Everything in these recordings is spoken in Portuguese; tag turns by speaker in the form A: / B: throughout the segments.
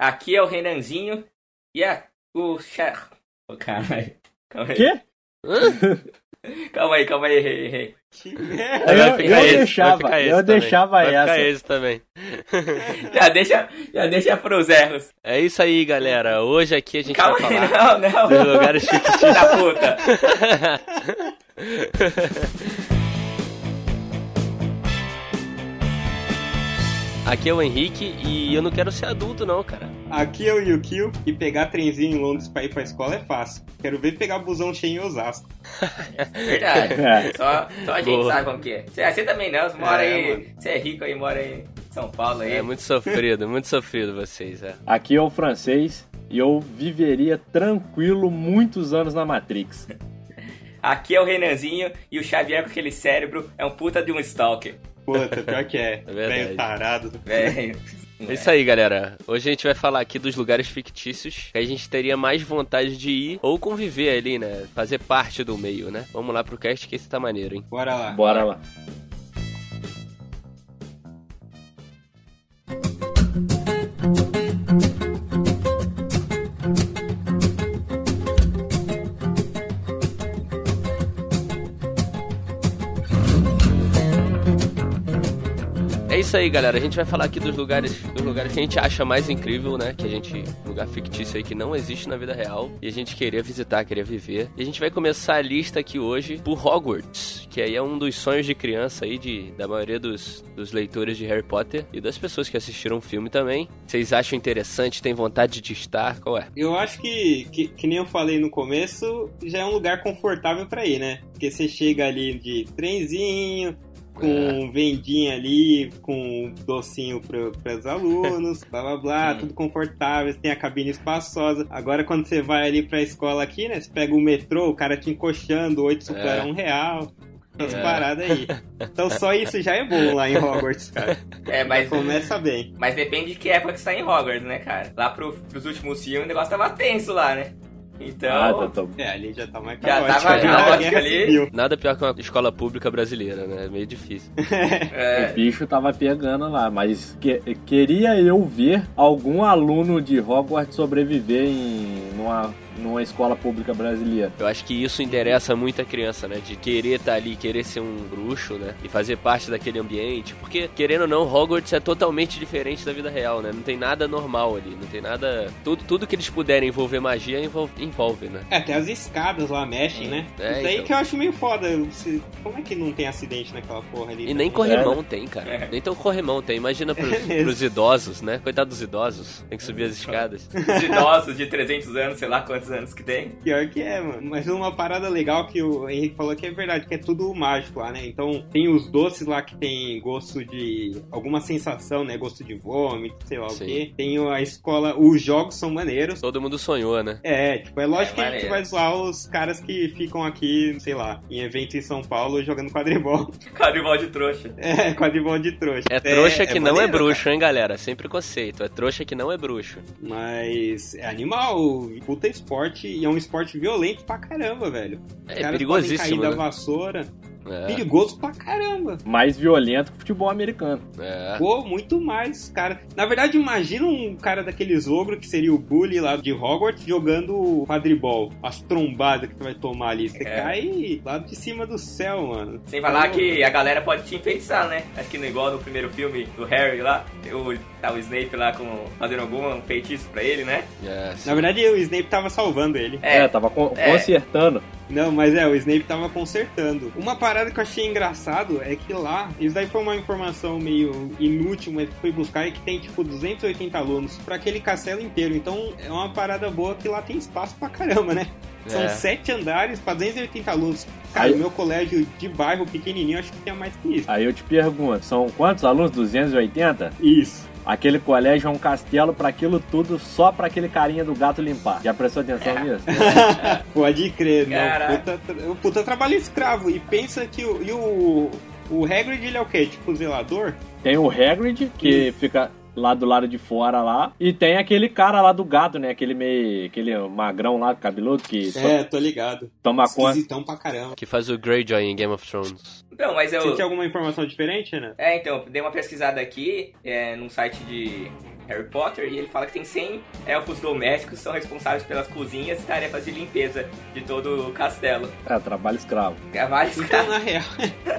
A: Aqui é o Renanzinho e a... o Char... Ô, caralho. Calma aí.
B: Quê?
A: Calma aí, calma aí, errei, errei.
C: Que merda.
B: Eu,
D: vai
B: eu
D: ficar esse, vai
B: deixava,
D: ficar esse
B: eu
D: também.
B: deixava
D: Vai
B: essa.
D: ficar esse também.
A: Já deixa, já deixa pros erros.
D: É isso aí, galera. Hoje aqui a gente
A: Calma
D: vai
A: aí, né?
D: falar
A: não, não.
D: dos lugares
A: Filho
D: chiquititos.
A: da puta.
D: Aqui é o Henrique e eu não quero ser adulto, não, cara.
C: Aqui é o Yukio e pegar trenzinho em Londres pra ir pra escola é fácil. Quero ver pegar busão cheio em Osasco.
A: Verdade.
B: É.
A: Só, só a gente
D: Boa.
A: sabe como que é. Você, você também não, você mora
C: É,
A: aí.
C: mano.
A: Você é rico aí, mora em São Paulo aí.
D: É muito sofrido, muito sofrido vocês, é.
B: Aqui é o francês e eu viveria tranquilo muitos anos na Matrix.
A: Aqui é o Renanzinho e o Xavier com aquele cérebro é um puta de um stalker.
C: Puta, pior que é.
D: verdade.
C: Velho tarado.
A: Velho.
D: É isso aí, galera. Hoje a gente vai falar aqui dos lugares fictícios que a gente teria mais vontade de ir ou conviver ali, né? Fazer parte do meio, né? Vamos lá pro cast que esse tá maneiro, hein?
C: Bora lá.
B: Bora lá.
D: É isso aí, galera. A gente vai falar aqui dos lugares, dos lugares que a gente acha mais incrível, né? Que a gente lugar fictício aí que não existe na vida real e a gente queria visitar, queria viver. E a gente vai começar a lista aqui hoje por Hogwarts, que aí é um dos sonhos de criança aí de da maioria dos, dos leitores de Harry Potter e das pessoas que assistiram o filme também. Vocês acham interessante? Tem vontade de estar? Qual é?
C: Eu acho que, que, que nem eu falei no começo, já é um lugar confortável pra ir, né? Porque você chega ali de trenzinho,
A: É.
C: com um vendinha ali, com um docinho pro, pros alunos, blá blá blá,
A: Sim.
C: tudo confortável, tem a cabine espaçosa. Agora quando você vai ali pra escola aqui, né? Você pega o metrô, o cara te encoxando, oito supera
D: É.
C: um real. Essas
D: É.
C: paradas aí. Então só isso já é bom lá em Hogwarts, cara.
A: É, mas,
C: Começa bem.
A: mas depende de que época que você tá em Hogwarts, né, cara? Lá pro, pros últimos filmes o negócio tava tenso lá, né?
B: Ah,
A: Então.
B: tá, tá.
C: É, ali já tá mais
A: Já
C: caótico,
A: tava
C: já é a
A: caótico
C: guerra
A: ali.
C: civil.
D: Nada pior que uma escola pública brasileira, né? É meio difícil.
A: é,
B: O bicho tava pegando lá, mas que- queria eu ver algum aluno de Hogwarts sobreviver em numa, numa escola pública brasileira.
D: Eu acho que isso interessa muito a criança, né? De querer estar ali, querer ser um bruxo, né? E fazer parte daquele ambiente. Porque, querendo ou não, Hogwarts é totalmente diferente da vida real, né? Não tem nada normal ali, não tem nada. Tudo, tudo que eles puderem envolver magia envol- envolve, né?
C: É, até as escadas lá mexem, né?
D: É,
C: Isso aí
D: então.
C: que eu acho meio foda. Se- Como é que não tem acidente naquela porra ali? né?
D: E nem
C: também?
D: corrimão tem, cara.
A: É.
D: Nem tão corrimão tem. Imagina pros,
C: É mesmo.
D: pros idosos, né? Coitado dos idosos. Tem que subir as escadas.
A: os idosos de 300 anos, sei lá quantos anos que tem.
C: Pior que é, mano. Mas uma parada legal que o Henrique falou que é verdade, que é tudo mágico lá, né? Então tem os doces lá que tem gosto de. alguma sensação, né? Gosto de vômito, sei lá
D: Sim.
C: o quê. Tem a escola. Os jogos são maneiros.
D: Todo mundo sonhou, né?
C: É, tipo, é lógico
A: É
C: que a gente
A: maneiro.
C: vai zoar os caras que ficam aqui, sei lá, em evento em São Paulo jogando quadribol.
A: Carival de trouxa.
C: É, quadribol de trouxa.
D: É trouxa
C: é
D: que não é
C: maneiro,
D: bruxo, hein, galera? Sempre conceito. É trouxa que não é bruxo.
C: Mas é animal, puta esporte, e é um esporte violento pra caramba, velho.
D: É
C: caras
D: perigosíssimo.
C: podem cair da
D: Né?
C: vassoura,
D: É,
C: perigoso pra caramba.
B: Mais violento que futebol americano.
D: é.
C: Pô, muito mais, cara. Na verdade, imagina um cara daqueles ogro que seria o bully lá de Hogwarts jogando quadribol. As trombadas que tu vai tomar ali. Você
A: É.
C: cai lá de cima do céu, mano. Então,
A: Sem falar que a galera pode te enfeitiçar, né? Acho que no- igual no primeiro filme do Harry lá, o, tá o Snape lá com, fazendo algum um feitiço pra ele, né?
D: É, sim.
C: Na verdade, o Snape tava salvando ele.
B: É,
A: É,
B: tava con-
A: é.
B: consertando.
C: Não, mas é, o Snape tava consertando. Uma parada que eu achei engraçado é que lá, isso daí foi uma informação meio inútil, mas que fui buscar é que tem tipo 280 alunos pra aquele castelo inteiro. Então é uma parada boa que lá tem espaço pra caramba, né? São
D: É.
C: sete andares pra 280 alunos. Cara,
B: Aí-
C: o meu colégio de bairro pequenininho, acho que tinha mais que isso.
B: Aí eu te pergunto, são quantos alunos? 280?
C: Isso.
B: Aquele colégio é um castelo pra aquilo tudo, só pra aquele carinha do gato limpar. Já prestou atenção
A: É.
B: nisso?
C: Pode crer, não.
A: Caraca.
C: Puta, tra- puta trabalho escravo. E pensa que o. E o, o Hagrid, ele é o quê? Tipo, zelador?
B: Tem o Hagrid, que fica lá do lado de fora lá, e tem aquele cara lá do gato, né? Aquele meio. aquele magrão lá, cabeludo, que to-
C: É, tô ligado.
B: toma conta.
C: Esquisitão pra caramba.
D: Que faz o Greyjoy em Game of Thrones.
A: então, mas eu...
C: Você tinha alguma informação diferente, né?
A: É, então, eu dei uma pesquisada aqui é, num site de Harry Potter, e ele fala que tem 100 elfos domésticos que são responsáveis pelas cozinhas e tarefas de limpeza de todo o castelo.
B: É, trabalho escravo.
A: É mais
C: Então na real,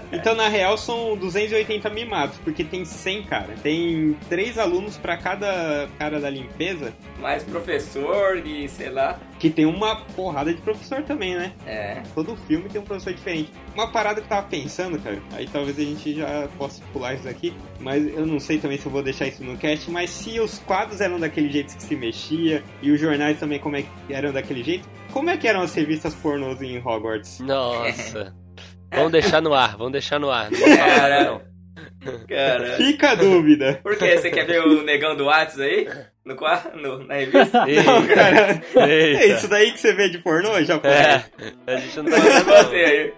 C: então na real são 280 mimados, porque tem 100, cara. Tem três alunos pra cada cara da limpeza,
A: mais professor e sei lá.
C: que tem uma porrada de professor também, né?
A: É.
C: Todo filme tem um professor diferente. Uma parada que eu tava pensando, cara, aí talvez a gente já possa pular isso daqui, mas eu não sei também se eu vou deixar isso no cast, mas se os quadros eram daquele jeito que se mexia, e os jornais também como é que eram daquele jeito, como é que eram as revistas pornôs em Hogwarts?
D: Nossa. Vamos deixar no ar, vamos deixar no ar. Não vou falar nada, não.
A: Cara.
C: Fica a dúvida.
A: Por quê? Você quer ver o negão do Whats aí? No, qua- no, na revista?
C: Não,
D: Ei,
C: cara, é
D: eita.
C: isso daí que você vê de pornô, já
D: É, a gente não tá
A: Eu
D: falando, não.
A: gostei aí.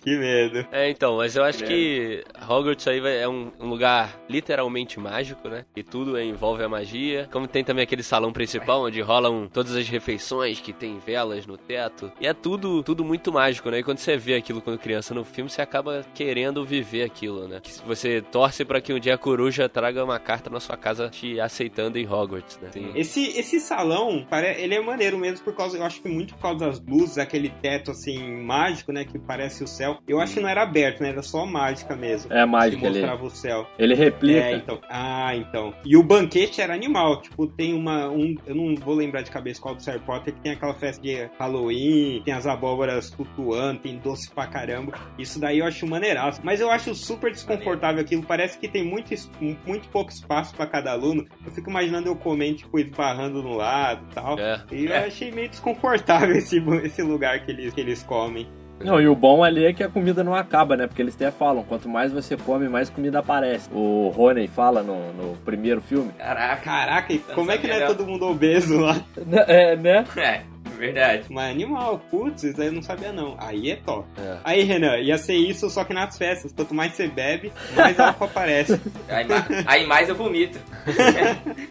C: Que medo.
D: É, então, mas eu acho
A: É.
D: que Hogwarts aí vai- é um, um lugar literalmente mágico, né? E tudo envolve a magia. Como tem também aquele salão principal onde rolam todas as refeições, que tem velas no teto. E é tudo, tudo muito mágico, né? E quando você vê aquilo quando criança no filme, você acaba querendo viver aquilo, né? Que Você torce pra que um dia a coruja traga uma carta na sua casa te aceitando em Hogwarts, né?
A: Sim.
C: Esse, esse salão, pare- ele é maneiro mesmo por causa, eu acho que muito por causa das luzes, aquele teto assim mágico, né, que parece o céu. Eu acho que não era aberto, né, era só mágica mesmo.
B: É mágico
C: que
B: ele.
C: mostrava o céu.
B: Ele replica.
C: É, então. Ah, então. E o banquete era animal. Tipo, tem uma. Um, eu não vou lembrar de cabeça qual do Harry Potter, que tem aquela festa de Halloween, tem as abóboras flutuando, tem doce pra caramba. Isso daí eu acho maneiraço. Mas eu acho super desconfortável aquilo. Parece que tem muito, es- muito pouco espaço pra cada aluno. Eu fico imaginando eu comendo, tipo, esbarrando no lado e tal.
D: É.
C: E eu
A: É.
C: achei meio desconfortável esse, esse lugar que eles, que eles comem.
B: Não, e o bom ali é que a comida não acaba, né? Porque eles até falam, quanto mais você come, mais comida aparece. O Rony fala no, no primeiro filme.
A: Caraca.
C: Caraca, e como é que não é
A: sabia, não.
C: todo mundo obeso lá?
B: É, né?
A: É, verdade.
C: Mas animal, putz, isso aí eu não sabia não. Aí é top.
D: É.
C: Aí, Renan, ia ser isso só que nas festas. Quanto mais você bebe, mais álcool aparece.
A: Aí, ma- aí mais eu vomito.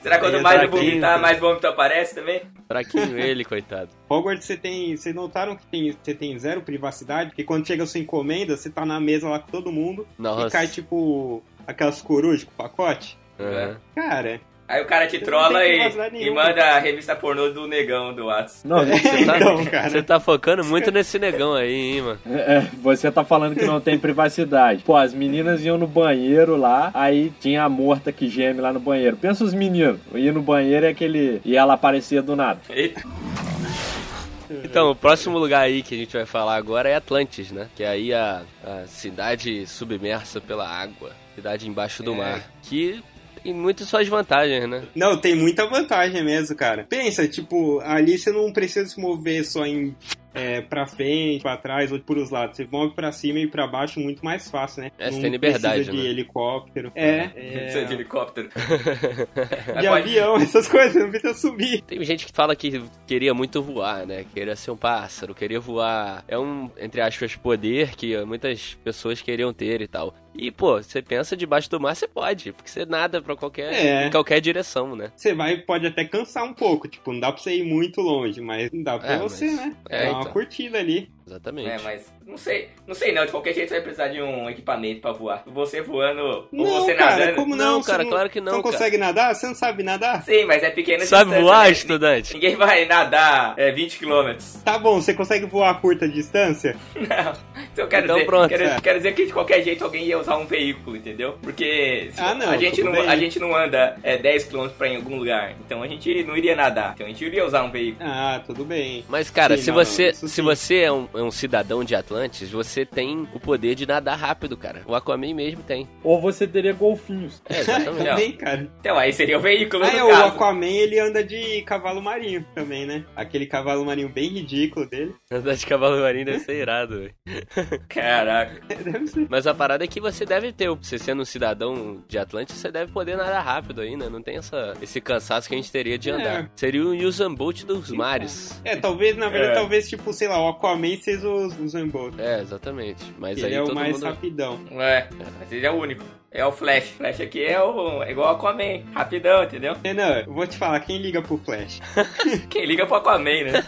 A: Será que
C: Aí
A: quanto
C: é
A: mais eu
C: fraquinho,
A: vomitar,
C: né?
A: mais vômito aparece também?
D: Fraquinho ele, coitado.
C: Hogwarts, você tem. Vocês notaram que tem, você tem zero privacidade? Porque quando chega a sua encomenda, você tá na mesa lá com todo mundo
D: Nossa.
C: e cai tipo aquelas corujas com pacote.
D: Aham.
C: Cara,
A: Aí o cara te
C: Não
A: trola
C: tem que
A: e,
C: vazar
A: e
C: nenhum.
A: manda a revista pornô do negão do Whats.
B: Não, você tá,
C: então, cara.
D: Você tá focando muito nesse negão aí, hein, mano?
B: é, você tá falando que não tem privacidade. Pô, as meninas iam no banheiro lá, aí tinha a morta que geme lá no banheiro. Pensa os meninos, ir no banheiro é aquele. E ela aparecia do nada.
A: Eita,
D: Então, o próximo lugar aí que a gente vai falar agora é Atlantis, né? Que é aí a, a cidade submersa pela água, cidade embaixo do
C: É.
D: mar, que tem muitas suas vantagens, né?
C: Não, tem muita vantagem mesmo, cara. Pensa, tipo, ali você não precisa se mover só em. É, pra frente, pra trás ou por os lados. Você move pra cima e pra baixo muito mais fácil, né?
D: É, você
C: não
D: tem liberdade,
C: precisa de
D: né?
C: helicóptero. É,
A: precisa de helicóptero. Mas pode-
C: de avião, essas coisas, não precisa subir.
D: Tem gente que fala que queria muito voar, né? Queria ser um pássaro, queria voar. É um, entre aspas, poder que muitas pessoas queriam ter e tal. E, pô, você pensa debaixo do mar, você pode, porque você nada pra qualquer,
C: É.
D: em qualquer direção, né?
C: Você vai, pode até cansar um pouco, tipo, não dá pra você ir muito longe, mas não dá pra
D: É,
C: você,
D: mas-
C: né?
D: é,
C: É, uma
D: então.
C: curtida ali.
D: Exatamente.
A: É, mas não sei, não sei não. De qualquer jeito você vai precisar de um equipamento pra voar. Você voando
C: Não,
A: ou você
C: cara,
A: nadando.
C: como não?
D: Não,
C: Você
D: cara,
C: não-
D: claro que não,
C: Você não
D: cara.
C: consegue nadar? Você não sabe nadar?
A: Sim, mas é pequeno
D: Sabe
A: distância,
D: voar,
A: né?
D: estudante?
A: Ninguém vai nadar é, 20 km.
C: Tá bom, você consegue voar a curta distância?
A: Não, então eu quero
D: Então
A: dizer,
D: pronto,
A: quero,
C: é.
A: quero dizer que de qualquer jeito alguém ia usar um veículo, entendeu? Porque se-
C: Ah, não,
A: a, gente
C: tudo
A: não,
C: bem.
A: a gente não anda é, 10 km pra em algum lugar, então a gente não iria nadar, então a gente iria usar um veículo.
C: Ah, tudo bem.
D: Mas, cara,
C: Sim,
D: se
C: não, não,
D: você,
C: isso
D: se
C: sim.
D: você é um, é um cidadão de Atlantis, você tem o poder de nadar rápido, cara. O Aquaman mesmo tem.
B: Ou você teria golfinhos.
D: É, exatamente.
C: Também, Tá cara.
A: Então aí seria o veículo
C: Ah,
A: no
C: é, o
A: caso.
C: Aquaman, ele anda de cavalo marinho também, né? Aquele cavalo marinho bem ridículo dele.
D: Andar de cavalo marinho deve ser irado, velho.
A: Caraca.
C: Deve ser.
D: Mas a parada é que você deve ter, você sendo um cidadão de Atlantis, você deve poder nadar rápido ainda. Não tem essa, esse cansaço que a gente teria de
C: É.
D: andar. Seria o Usain Bolt dos mares.
C: É, talvez, na verdade,
A: É.
C: talvez, tipo, sei lá, o Aquaman seja os, os Bolt.
D: É, exatamente. Mas
C: Ele
D: aí
C: é o
D: todo
C: mais
D: mundo...
C: rapidão.
A: É, mas ele é o único. É o Flash. Flash aqui é o é igual ao Aquaman, rapidão, entendeu?
C: Renan, eu vou te falar, quem liga pro Flash?
A: Quem liga pro Aquaman, né?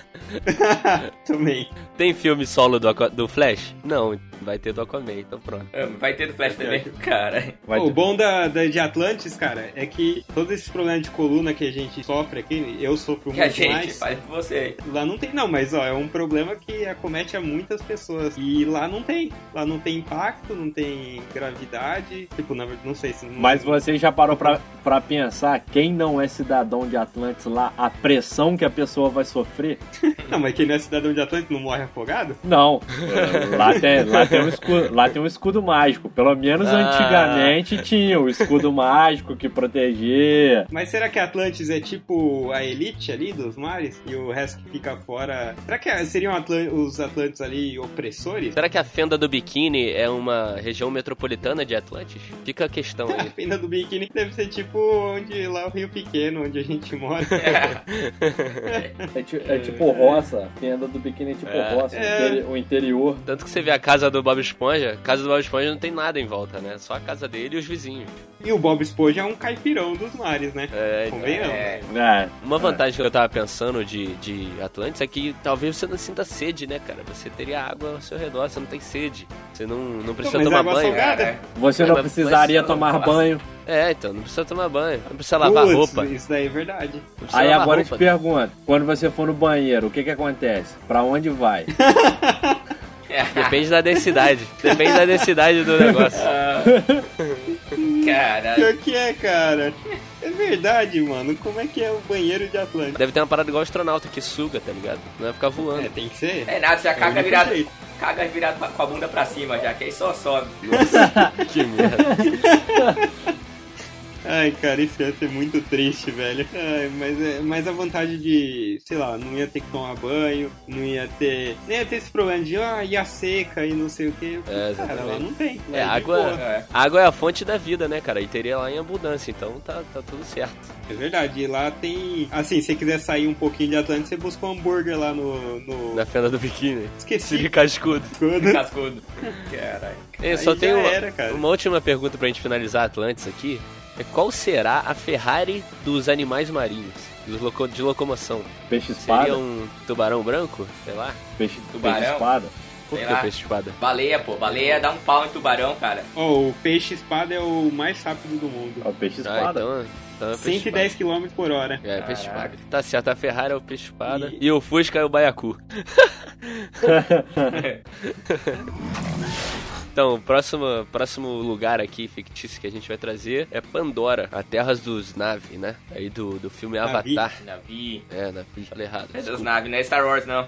C: também.
D: Tem filme solo do, Aqua- do Flash? Não, Vai ter do Aquaman, então pronto.
A: Ah, mas Vai ter do Flash também, cara.
B: Vai
C: Pô, É o
B: ter-
C: bom da, da- de Atlantis, cara, é que todos esses problemas de coluna que a gente sofre aqui, eu sofro
A: Que a
C: muito
A: gente,
C: mais.
A: fale por você.
C: Lá não tem, não, mas ó, é um problema que acomete a muitas pessoas. E lá não tem. Lá não tem impacto, não tem gravidade. Tipo, na verdade, não sei se.
B: Mas você já parou pra, pra pensar quem não é cidadão de Atlantis lá, a pressão que a pessoa vai sofrer?
C: Não, mas quem não é cidadão de Atlantis não morre afogado?
B: Não. Lá tem, lá tem, um, escudo, lá tem um escudo mágico. Pelo menos
D: Ah.
B: antigamente tinha o escudo mágico que protegia.
C: Mas será que Atlantis é tipo a elite ali dos mares? E o resto que fica fora. Será que seriam Atlan- os Atlantes ali opressores?
D: Será que a fenda do biquíni é uma região metropolitana de Atlantis? Fica a questão
C: A
D: aí.
C: pena do biquíni deve ser tipo onde lá o Rio Pequeno, onde a gente mora.
B: É, ti- é tipo roça. A tenda do biquíni é tipo
D: É.
B: roça. o
C: É.
B: interi- O interior.
D: Tanto que você vê a casa do Bob Esponja, a casa do Bob Esponja não tem nada em volta, né? Só a casa dele e os vizinhos.
C: E o Bob Esponja é um caipirão dos mares, né?
D: É,
C: Convenhamos.
A: É,
B: É.
D: Uma vantagem que eu tava pensando de, de Atlantis é que talvez você não sinta sede, né, cara? Você teria água ao seu redor, você não tem sede. Você não, não precisa
C: mas
D: tomar
C: água
D: banho.
C: salgada.
A: cara.
B: Você
D: É,
B: não
D: mas- mas
B: precisaria
A: não,
B: tomar
A: nossa.
B: banho.
D: É, então, não precisa tomar banho. Não precisa lavar
C: Putz,
D: roupa. Não
C: Isso daí é verdade.
D: precisa
B: Aí
D: lavar
B: agora eu te
D: roupa. né?
B: pergunto, quando você for no banheiro, o que que acontece? Pra onde vai?
D: Depende da densidade. Depende da densidade do negócio.
A: Ah, Caralho.
C: Pior que é, cara. É verdade, mano. Como é que é o banheiro de Atlântico?
D: Deve ter uma parada igual astronauta que suga, tá ligado? Não vai ficar voando.
C: É, tem que ser.
A: É nada, já caga virado,
C: jeito.
A: caga virado pra- com a bunda pra cima já, que aí só sobe.
D: Que merda.
C: Ai, cara, isso ia ser muito triste, velho. Ai, mas, é, mas a vantagem de, sei lá, não ia ter que tomar banho, não ia ter. Nem ia ter esse problema de, ah, ia seca e não sei o que.
D: É,
C: cara,
D: exatamente.
C: lá não tem. Lá
D: É,
C: de
D: água-
C: boa.
A: É.
D: Água é a fonte da vida, né, cara? E teria lá em abundância, então tá, tá tudo certo.
C: É verdade, e lá tem. Assim, se você quiser sair um pouquinho de Atlântico, você busca um hambúrguer lá no. no...
D: Na fenda do biquíni.
C: Esqueci.
D: Se cascudo.
C: Quando...
A: Cascudo. Caralho.
D: Ei, só
C: Aí
D: tem
C: já
D: uma,
C: era, cara.
D: uma última pergunta pra gente finalizar Atlantis aqui. É qual será a Ferrari dos animais marinhos? Dos loco- de locomoção.
B: Peixe espada?
D: Seria um tubarão branco? Sei lá.
B: Peixe,
A: tubarão?
B: peixe espada?
D: Por
A: Sei
D: que
A: lá.
D: peixe espada?
A: Baleia, pô. Baleia dá um pau em tubarão, cara.
C: Ó, o peixe espada é o mais rápido do mundo.
B: É o peixe
D: Ah,
B: espada.
D: então, então é peixe
C: 110 km por hora.
D: espada. É, peixe
A: Caraca.
D: espada. Tá certo, a Ferrari é o peixe espada.
C: E-
D: E, o Fusca é o baiacu. Então, o próximo, próximo lugar aqui fictício que a gente vai trazer é Pandora, a terra dos Na'vi, né? Aí do, do filme
C: Na'vi.
D: Avatar.
A: Navi.
D: É, Na'vi, falei errado.
A: É das naves, não é Star Wars, não.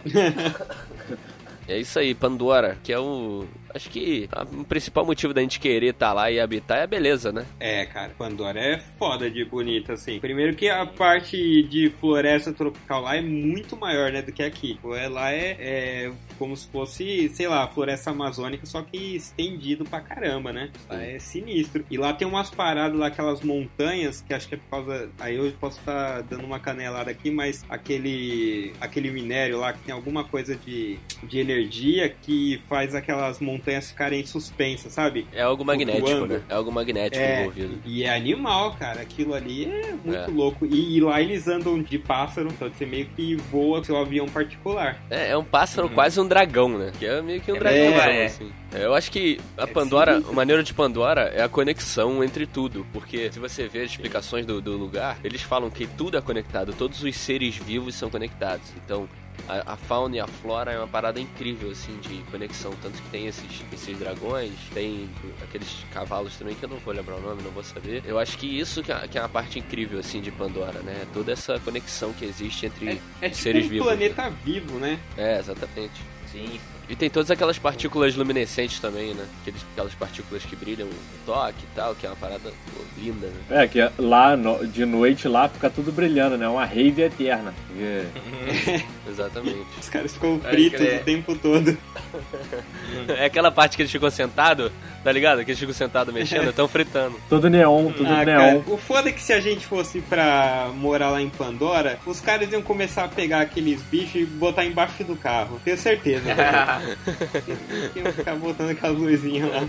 D: É isso aí, Pandora, que é o. Acho que a- o principal motivo da gente querer estar lá e habitar é a beleza, né?
C: É, cara, Pandora é foda de bonita, assim. Primeiro que a parte de floresta tropical lá é muito maior, né, do que aqui. Tipo, é- Lá é, é como se fosse, sei lá, a floresta amazônica, só que estendido pra caramba, né? Lá é sinistro. E lá tem umas paradas lá, aquelas montanhas, que acho que é por causa... Aí eu posso estar dando uma canelada aqui, mas aquele, aquele minério lá que tem alguma coisa de, de energia que faz aquelas montanhas ficarem suspensas, sabe?
D: É algo magnético,
C: Flutuando.
D: né? É algo magnético
C: É,
D: envolvido.
C: e é animal, cara. Aquilo ali é muito
D: É.
C: louco. E, e lá eles andam de pássaro, então você meio que voa seu avião particular.
D: É, é um pássaro,
A: Uhum.
D: quase um dragão, né? Que é meio que um
A: É,
D: dragão,
A: é.
D: assim. É, Eu acho que a
C: É
D: Pandora,
C: sinistro.
D: o maneiro de Pandora é a conexão entre tudo. Porque se você vê as explicações do, do lugar, eles falam que tudo é conectado, todos os seres vivos são conectados. Então. A, a fauna e a flora é uma parada incrível, assim, de conexão. Tanto que tem esses, esses dragões, tem aqueles cavalos também, que eu não vou lembrar o nome, não vou saber. Eu acho que isso que é, que é uma parte incrível, assim, de Pandora, né? Toda essa conexão que existe entre...
C: É tipo
D: Seres
C: um
D: vivos,
C: planeta vivo, né?
D: É, exatamente.
A: Sim.
D: E tem todas aquelas partículas luminescentes também, né? Aqueles, aquelas partículas que brilham no toque e tal, que é uma parada pô, linda, né?
B: É, que lá no- de noite lá fica tudo brilhando, né? Uma rave eterna. É. Porque
D: Exatamente.
C: Os caras ficam
A: Pode
C: fritos
A: crer.
C: o tempo todo.
D: É aquela parte que eles ficam sentados, tá ligado? Que eles ficam sentados mexendo, estão fritando.
B: Tudo neon, tudo
C: Ah, cara,
B: neon.
C: o foda é que se a gente fosse pra morar lá em Pandora, os caras iam começar a pegar aqueles bichos e botar embaixo do carro. Tenho certeza. velho. Eu vou ficar botando aquelas luzinhas lá.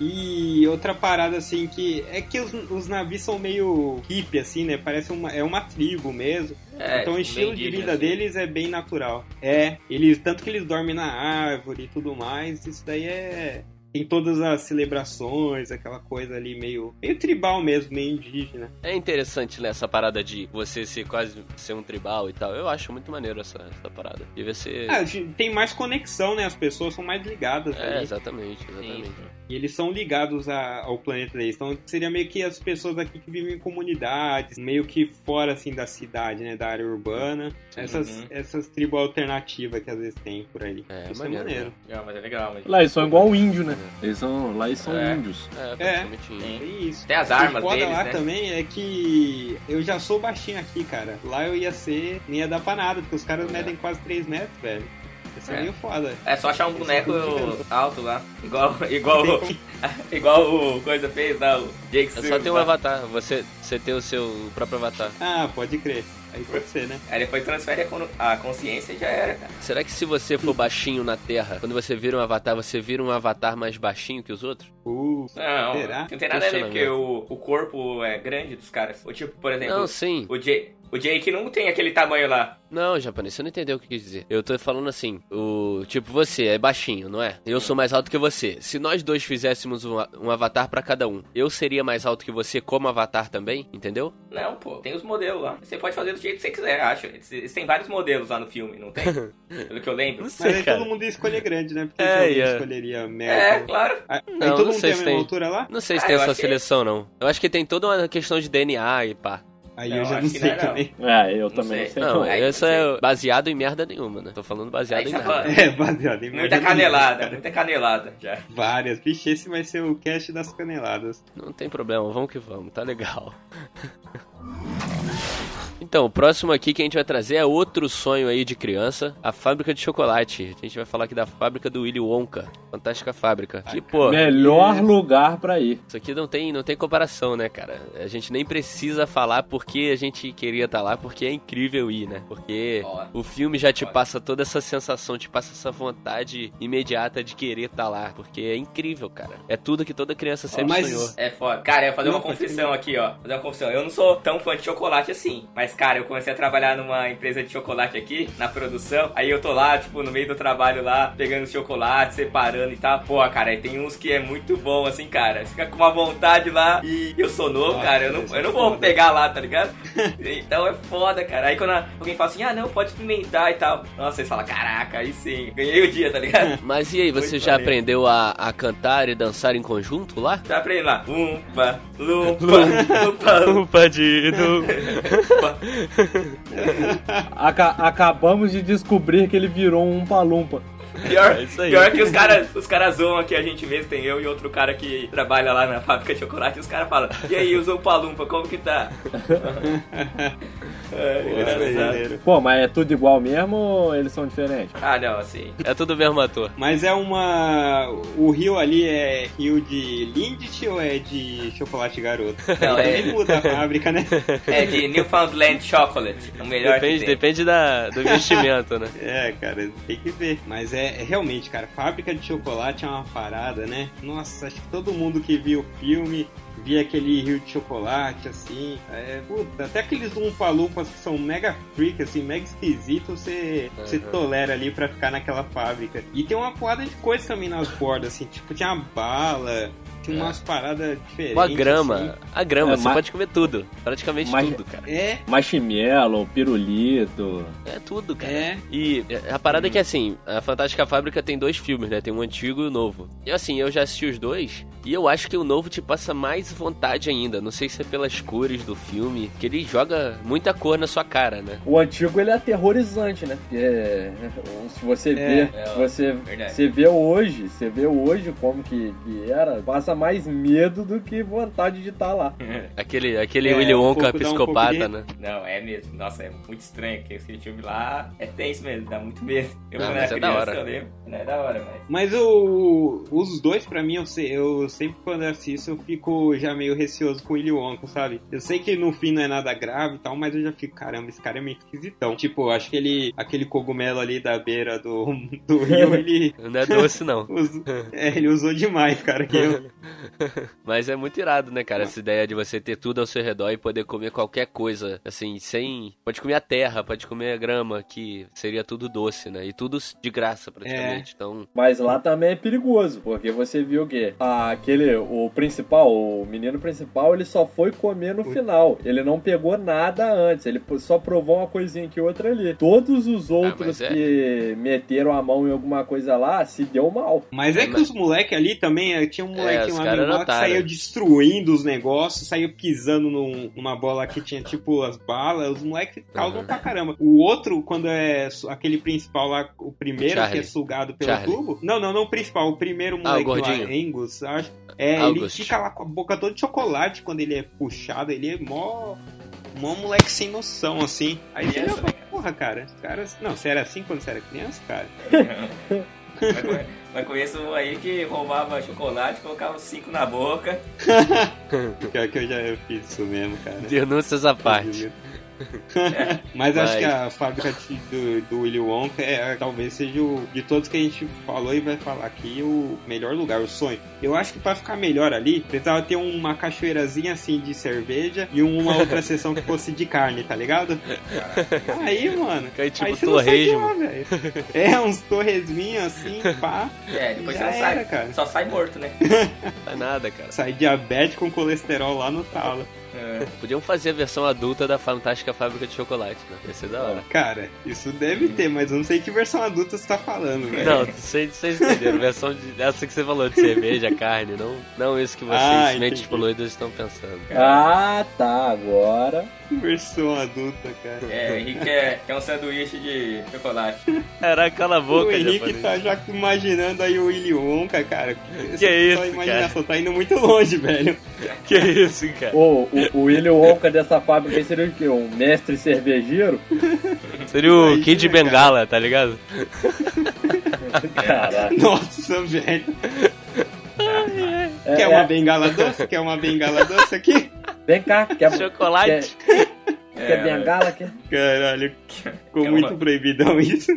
C: E outra parada, assim, que é que os, os navios são meio hippie, assim, né? Parece uma, é uma tribo mesmo.
A: É,
C: então o
A: bem
C: estilo de
A: indígena,
C: vida
A: assim.
C: deles é bem natural. É, eles tanto que eles dormem na árvore e tudo mais, isso daí é... Tem todas as celebrações, aquela coisa ali meio, meio tribal mesmo, meio indígena.
D: É interessante, né, essa parada de você ser quase ser um tribal e tal. Eu acho muito maneiro essa, essa parada. Devia ser.
C: Ah, gente, tem mais conexão, né? As pessoas são mais ligadas.
D: É,
C: ali.
D: exatamente, exatamente.
C: E eles são ligados a- ao planeta deles. Então seria meio que as pessoas aqui que vivem em comunidades, meio que fora assim da cidade, né? Da área urbana. Essas,
A: Uhum.
C: essas tribos alternativas que às vezes tem por aí.
D: É,
C: Isso
D: maneiro,
C: é maneiro.
A: Não, mas é legal. Mas...
B: Lá eles são igual o índio, né? Eles são, lá eles são
A: É.
B: índios.
D: É, praticamente.
A: Sim.
C: É isso.
A: Tem as
C: O
A: armas
C: foda
A: deles,
C: lá
A: né?
C: também é que eu já sou baixinho aqui, cara. Lá eu ia ser, nem ia dar pra nada, porque os caras
D: É.
C: medem quase 3 metros, velho. Isso é,
A: É.
C: meio foda.
A: É só achar um boneco
C: Isso.
A: alto lá. Igual, igual,
C: Tem como-
A: igual o Coisa fez lá, o Jake tá?
D: É só
A: Sullivan.
D: ter um avatar, você, você ter o seu próprio avatar.
C: Ah, pode crer. Aí pode ser, né?
A: Aí depois transfere a, con- a consciência e já era, cara.
D: Será que se você for baixinho na Terra, quando você vira um avatar, você vira um avatar mais baixinho que os outros?
C: Uh,
A: Não,
C: será?
A: não tem nada a ver,
D: Questionamento.
A: porque o, o corpo é grande dos caras. Ou tipo, por exemplo,
D: Não, sim.
A: o, Jake, o Jake não tem aquele tamanho lá.
D: Não, japonês, você não entendeu o que eu quis dizer. Eu tô falando assim, o tipo você é baixinho, não é? Eu sou mais alto que você. Se nós dois fizéssemos um, a- um avatar pra cada um, eu seria mais alto que você como avatar também, entendeu?
A: Não, pô, tem os modelos lá. Você pode fazer do jeito que você quiser, acho. Eles- eles têm vários modelos lá no filme, não tem? Pelo que eu lembro.
C: Mas aí todo mundo ia escolher grande, né? Porque
D: É,
C: é,
D: ia.
C: escolheria merda. né? Ah,
A: É, claro.
C: Aí
D: Não,
C: todo
D: não
C: mundo
D: sei
C: tem a
D: se
C: mesma
D: tem.
C: altura lá?
D: Não sei se
A: Ah,
D: tem
A: eu
D: essa
A: acho que-
D: seleção não. Eu acho que tem toda uma questão de DNA e pá.
C: Aí
A: Não,
C: eu já
A: acho
C: não
A: que
C: sei
A: não é, não.
C: também.
B: É, eu
A: Não
B: também
A: sei.
B: sei.
D: Não,
A: aí,
D: isso
A: não
D: é baseado em merda nenhuma, né? Tô falando baseado
A: Aí
D: em
A: já
D: nada.
A: fala.
C: É, baseado em merda
A: Muita
C: nenhuma.
A: canelada, muita canelada. Já.
C: Várias. Vixe, esse vai ser o cast das caneladas.
D: Não tem problema, vamos que vamos, tá legal. Então, o próximo aqui que a gente vai trazer é outro sonho aí de criança, a fábrica de chocolate. A gente vai falar aqui da fábrica do Willy Wonka. Fantástica fábrica. Que, pô, é.
B: Melhor lugar pra ir.
D: isso aqui não tem, não tem comparação, né, cara? A gente nem precisa falar porque a gente queria estar lá, porque é incrível ir, né? Porque
A: Ó.
D: o filme já te
A: Ó.
D: passa toda essa sensação, te passa essa vontade imediata de querer estar lá, porque é incrível, cara. É tudo que toda criança sempre
C: mas-
D: sonhou.
A: É foda. Cara, eu vou fazer uma
C: Não,
A: confissão aqui, ó. Fazer uma confissão. Eu não sou tão fã de chocolate assim. Mas, cara, eu comecei a trabalhar numa empresa de chocolate aqui, na produção. Aí eu tô lá, tipo, no meio do trabalho lá, pegando chocolate, separando e tal. Pô, cara, aí tem uns que é muito bom, assim, cara. Fica com uma vontade lá e eu sou novo,
C: Nossa,
A: cara. Eu não,
C: isso
A: eu
C: é
A: não vou
C: foda.
A: pegar lá, tá ligado? então é foda, cara. Aí quando a- alguém fala assim, ah, não, pode experimentar e tal. Nossa, vocês falam, caraca, aí sim. Ganhei o dia, tá ligado?
D: Mas e aí, você
A: Muito
D: já
A: maneiro.
D: aprendeu a, a cantar e dançar em conjunto lá?
A: Tá aprendendo lá. Umpa, lupa, lupa, lupa.
D: Padido.
B: Aca- acabamos de descobrir que ele virou um palumpa.
A: Pior,
D: É isso aí.
A: pior que os caras os caras zoam aqui a gente mesmo, tem eu e outro cara que trabalha lá na fábrica de chocolate, e os caras falam, e aí, usou o palumpa, como que tá? é, engraçado.
C: Brasileiro.
B: Pô, mas é tudo igual mesmo ou eles são diferentes?
A: Ah, não, assim,
D: É tudo mesmo ator.
C: Mas é uma. O rio ali é rio de Lindt ou é de chocolate garoto?
A: Não, é-
C: Ele muda a fábrica, né?
A: é de Newfoundland Chocolate, o melhor
D: Depende,
A: que tem.
D: depende da, do investimento, né?
C: É, cara, tem que ver. Mas é, é realmente, cara, fábrica de chocolate é uma parada, né? Nossa, acho que todo mundo que viu o filme via aquele rio de chocolate, assim. É, puta, até aqueles umpalumpas que são mega freak, assim, mega esquisito, você, você
D: Uhum.
C: tolera ali pra ficar naquela fábrica. E tem uma porrada de coisa também nas bordas, assim, tipo, tinha uma bala, tinha umas paradas diferentes.
D: Ou a É. grama.
C: assim.
D: A grama,
B: É,
D: você
B: mas-
D: pode comer tudo. Praticamente
B: Mas-
D: tudo, cara.
C: É,
B: Marshmallow, pirulito.
D: É tudo, cara.
C: é. Hum.
D: E a parada é que, assim, a Fantástica Fábrica tem dois filmes, né? Tem um antigo e o novo. E, assim, eu já assisti os dois, e eu acho que o novo te passa mais vontade ainda. Não sei se é pelas cores do filme, que ele joga muita cor na sua cara, né?
B: O antigo ele é aterrorizante, né? Porque é, se você
C: É.
B: vê, se você,
A: verdade.
B: você vê hoje, você vê hoje como que, que era, passa mais medo do que vontade de estar lá.
D: Aquele, aquele
C: É,
D: Willy
C: um
D: Wonka
C: pouco- dá um pouco
D: psicopata,
C: de-
D: né?
A: Não, é mesmo, nossa, é muito estranho, porque esse filme lá é tenso mesmo, dá muito medo. Eu né,
D: Ah,
A: quando era
D: mas é da
A: criança,
D: hora.
A: eu lembro, não é da hora, mas...
C: Mas o, os dois, pra mim, eu, se- eu sempre quando eu assisto, eu fico já meio receoso com o Willy Wonka, sabe? Eu sei que no fim não é nada grave e tal, mas eu já fico, caramba, esse cara é meio esquisitão. Tipo, eu acho que ele, aquele cogumelo ali da beira do, do rio, ele,
D: Não é doce, não.
C: usou, é, ele usou demais, cara. Que eu-
D: Mas é muito irado, né, cara? Essa ideia de você ter tudo ao seu redor e poder comer qualquer coisa, assim, sem. Pode comer a terra, pode comer a grama, que seria tudo doce, né? E tudo de graça, praticamente. Então,
B: Mas lá também é perigoso, porque você viu que aquele, o principal, o menino principal, ele só foi comer no final. Ele não pegou nada antes, ele só provou uma coisinha que outra ali. Todos os outros
D: mas é.
B: que meteram a mão em alguma coisa lá, se deu mal.
C: Mas é que os moleque ali também, eh, tinha um moleque
D: os
C: lá,
D: cara
C: meio
D: era
C: lá que
D: otário.
C: saiu destruindo os negócios, saiu pisando num- numa bola que tinha tipo as balas, os moleques causam
D: Uhum.
C: pra caramba. O outro, quando é su- aquele principal lá, o primeiro
D: Charlie.
C: que é sugado pelo
D: Charlie.
C: tubo. Não, não, não o principal, o primeiro
D: Ah, o
C: moleque lá,
D: gordinho.
C: Angus, acho. É, ele
D: August.
C: fica lá com a boca toda de chocolate quando ele é puxado, ele é mó. Mó moleque sem noção, assim. Aí você
A: Criança,
C: já fala, porra, cara, os caras. Não, você era assim quando você era criança, cara?
A: Mas conhe- Mas conheço um aí que roubava chocolate, colocava os cinco na boca.
C: Pior que eu já eu fiz isso mesmo, cara.
D: denúncias à parte.
C: Mas acho
D: Vai.
C: que a fábrica de- do, do Willy Wonka é, talvez seja o, de todos que a gente falou e vai falar aqui o melhor lugar, o sonho. Eu acho que pra ficar melhor ali, precisava ter uma cachoeirazinha assim de cerveja e uma outra sessão que fosse de carne, tá ligado? Aí, mano.
D: Cai
C: aí
D: tipo
C: você não sai de lá,
D: torresmo.
C: velho. É, uns torresminhos assim, pá.
A: É, depois você
C: Já
A: não sai.
C: era, cara.
A: Só sai morto, né?
C: é.
D: Não dá nada, cara.
C: Sai diabético com colesterol lá no talo.
A: É.
D: Podiam fazer a versão adulta da Fantástica Fábrica de Chocolate, né? Ia ser da hora.
C: Cara, isso deve ter, mas eu não sei que versão adulta você tá falando, velho.
D: Não, vocês vocês entenderam. Versão de, essa que você falou de cerveja, carne, não, não isso que vocês,
C: Ah,
D: mentes
C: entendi.
D: poluídas, estão pensando.
B: Ah, tá, agora.
C: Versão adulta, cara.
A: É, o Henrique quer, quer um sanduíche de chocolate.
D: Caraca, cala a boca,
C: o Henrique
D: japonês.
C: tá já imaginando aí o Willy Wonka, cara.
D: Que é
C: Só
D: isso,
C: imaginação, tá indo muito longe, velho.
D: Que isso, cara?
B: Ô, o, o Willy Wonka dessa fábrica aí seria o quê? Um mestre cervejeiro?
D: Seria o
C: Imagina,
D: Kid
C: né, cara.
D: Bengala, tá ligado?
B: Caraca.
C: Nossa, velho.
B: É,
C: Quer um uma
B: é,
C: bengala doce? Quer uma bengala doce aqui?
B: vem cá, quer,
D: Chocolate. né?
B: quer, quer
A: É,
B: bengala? Quer?
C: Caralho, ficou
A: Quer
C: muito
A: uma-
C: proibidão isso.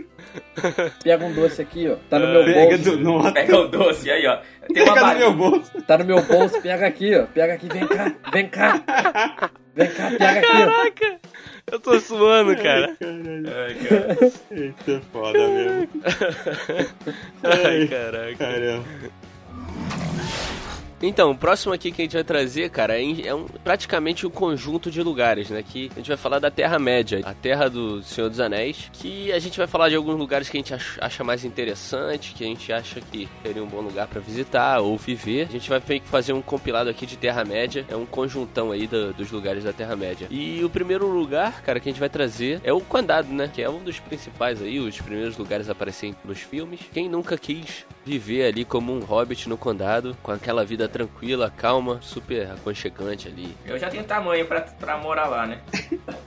B: Pega um doce aqui, ó. Tá no meu
C: É. Pega
B: bolso.
C: do nota.
A: um né? Pega o doce aí, ó. Tem uma
C: Pega do
A: barriga.
C: meu bolso.
B: Tá no meu bolso, pega aqui, ó. Pega aqui, vem cá, vem cá. Vem cá, pega aqui,
D: Caraca, eu tô suando, cara.
C: Ai, caralho.
A: Ai, cara.
C: Isso é foda mesmo.
D: Ai,
C: Ai,
D: caraca.
C: Caramba.
D: Então, o próximo aqui que a gente vai trazer, cara, é em- é um- praticamente um conjunto de lugares, né? Que a gente vai falar da Terra-média, a Terra do Senhor dos Anéis, que a gente vai falar de alguns lugares que a gente ach- acha mais interessante, que a gente acha que seria um bom lugar pra visitar ou viver. A gente vai meio que fazer um compilado aqui de Terra-média, é um conjuntão aí do- dos lugares da Terra-média. E o primeiro lugar, cara, que a gente vai trazer é o Condado, né? Que é um dos principais aí, os primeiros lugares a aparecer nos filmes. Quem nunca quis viver ali como um hobbit no condado, com aquela vida tranquila, calma, super aconchegante ali.
A: Eu já tenho tamanho pra, pra morar lá, né?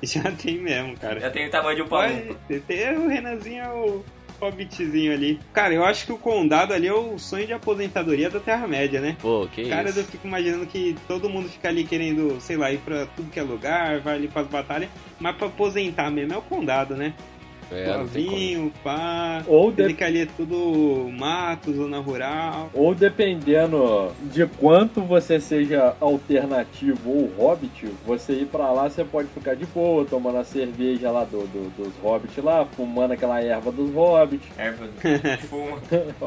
C: Já tem mesmo, cara.
A: Já tenho tamanho de um palmo.
C: Pode ter o Renanzinho é o hobbitzinho ali. Cara, eu acho que o condado ali é o sonho de aposentadoria da Terra-média, né?
D: Pô, que
C: Cara,
D: isso.
C: eu fico imaginando que todo mundo fica ali querendo, sei lá, ir pra tudo que é lugar, vai ali pras batalhas, mas pra aposentar mesmo é o condado, né?
D: É, não tem como.
C: Novinho, pá.
B: ó. Ou, de-
C: Ele que ali é tudo mato, zona rural.
B: ou dependendo de quanto você seja alternativo ou hobbit, você ir pra lá, você pode ficar de boa, tomando a cerveja lá do, do- dos hobbits lá, fumando aquela erva dos hobbits. É
A: Erva fuma.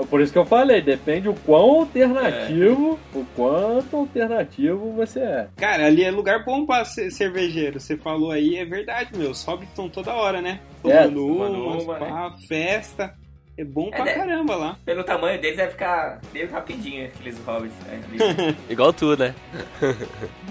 B: Por isso que eu falei, depende o quão alternativo,
D: É.
B: o quanto alternativo você é.
C: Cara, ali é lugar bom pra ser cervejeiro. Você falou aí, é verdade, meu. Os hobbits estão toda hora, né?
B: É,
C: Tomando
A: tomando
C: umas,
A: uma,
C: pá, festa. É bom
A: É,
C: pra
A: né?
C: caramba lá.
A: Pelo tamanho deles, vai ficar bem rapidinho aqueles hobbits. né? Ali.
D: Igual tu, né?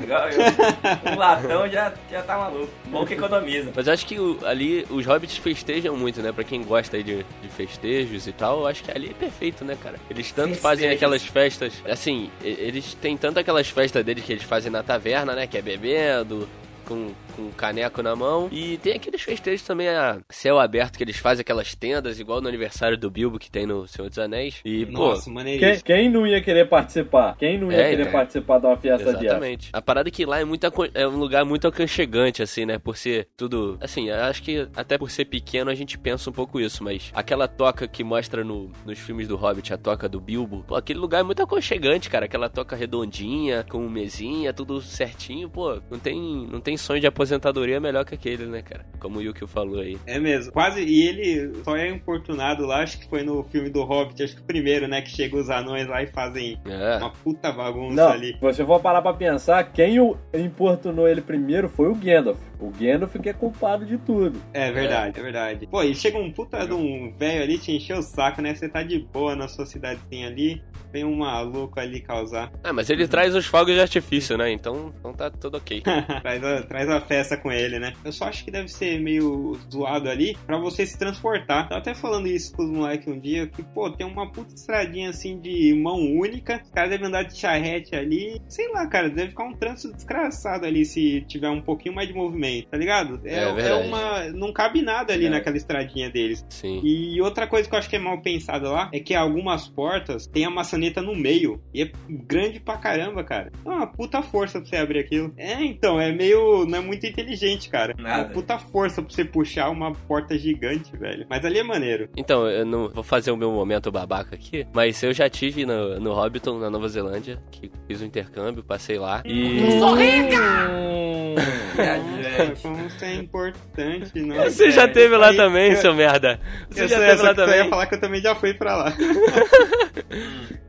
A: Igual eu. Um latão já, já tá maluco. Bom que economiza.
D: Mas eu acho que o- ali os hobbits festejam muito, né? Pra quem gosta aí de, de festejos e tal, eu acho que ali é perfeito, né, cara? Eles tanto
A: Festejos.
D: fazem aquelas festas, assim, e- eles têm tanto aquelas festas deles que eles fazem na taverna, né? Que é bebendo, com, com um caneco na mão. E tem aqueles festejos também a céu aberto que eles fazem aquelas tendas, igual no aniversário do Bilbo que tem no Senhor dos Anéis. E, pô,
C: Nossa, maneiríssimo.
B: Quem, quem não ia querer participar? Quem não ia
D: É,
B: querer
D: então.
B: participar de uma festa dessa?
D: Exatamente. A parada é que lá é, muito, acon- é um lugar muito aconchegante, assim, né? Por ser tudo. Assim, eu acho que até por ser pequeno a gente pensa um pouco isso, mas aquela toca que mostra no, nos filmes do Hobbit, a toca do Bilbo, pô, aquele lugar é muito aconchegante, cara. Aquela toca redondinha, com mesinha, tudo certinho, pô. Não tem, não tem sonho de aposentadoria melhor que aquele, né, cara? Como o Yukio falou aí.
C: É mesmo. Quase. E ele só é importunado lá, acho que foi no filme do Hobbit, acho que o primeiro, né? Que chega os anões lá e fazem
D: É.
C: uma puta bagunça
B: Não,
C: ali.
B: se você for parar pra pensar, quem o importunou ele primeiro foi o Gandalf. O Gandalf que é culpado de tudo.
C: É verdade, é verdade. Pô, e chega um puta de um velho ali te encher o saco, né? Você tá de boa na sua cidadezinha ali, vem um maluco ali causar.
D: Ah, mas ele traz os fogos de artifício, né? Então, então tá tudo ok.
C: traz, a, traz a festa com ele, né? Eu só acho que deve ser meio zoado ali pra você se transportar. Tava até falando isso com os moleques um dia, que, pô, tem uma puta estradinha assim de mão única, os caras devem andar de charrete ali. Sei lá, cara, deve ficar um trânsito desgraçado ali se tiver um pouquinho mais de movimento, tá ligado?
D: É verdade.
C: uma. Não cabe nada ali
D: É.
C: naquela estradinha deles.
D: Sim.
C: E outra coisa que eu acho que é mal pensada lá é que algumas portas tem a maçaneta no meio. E é grande pra caramba, cara. É uma puta força pra você abrir aquilo. É, então, é meio. Não é muito inteligente, cara. É
A: Nada.
C: uma puta força pra você puxar uma porta gigante, velho. Mas ali é maneiro.
D: Então, eu não vou fazer o meu momento babaca aqui, mas eu já tive no, no Hobbiton, na Nova Zelândia, que fiz um intercâmbio, passei lá. E.
B: Sou rica! Hum.
C: Nossa, como isso é importante, não.
D: Você já
C: velho.
D: teve lá
C: Aí,
D: também,
C: eu-
D: seu merda. Você
C: eu
D: já
C: só-
D: teve
C: só
D: lá
C: que só ia
D: também.
C: falar que eu também já fui pra lá.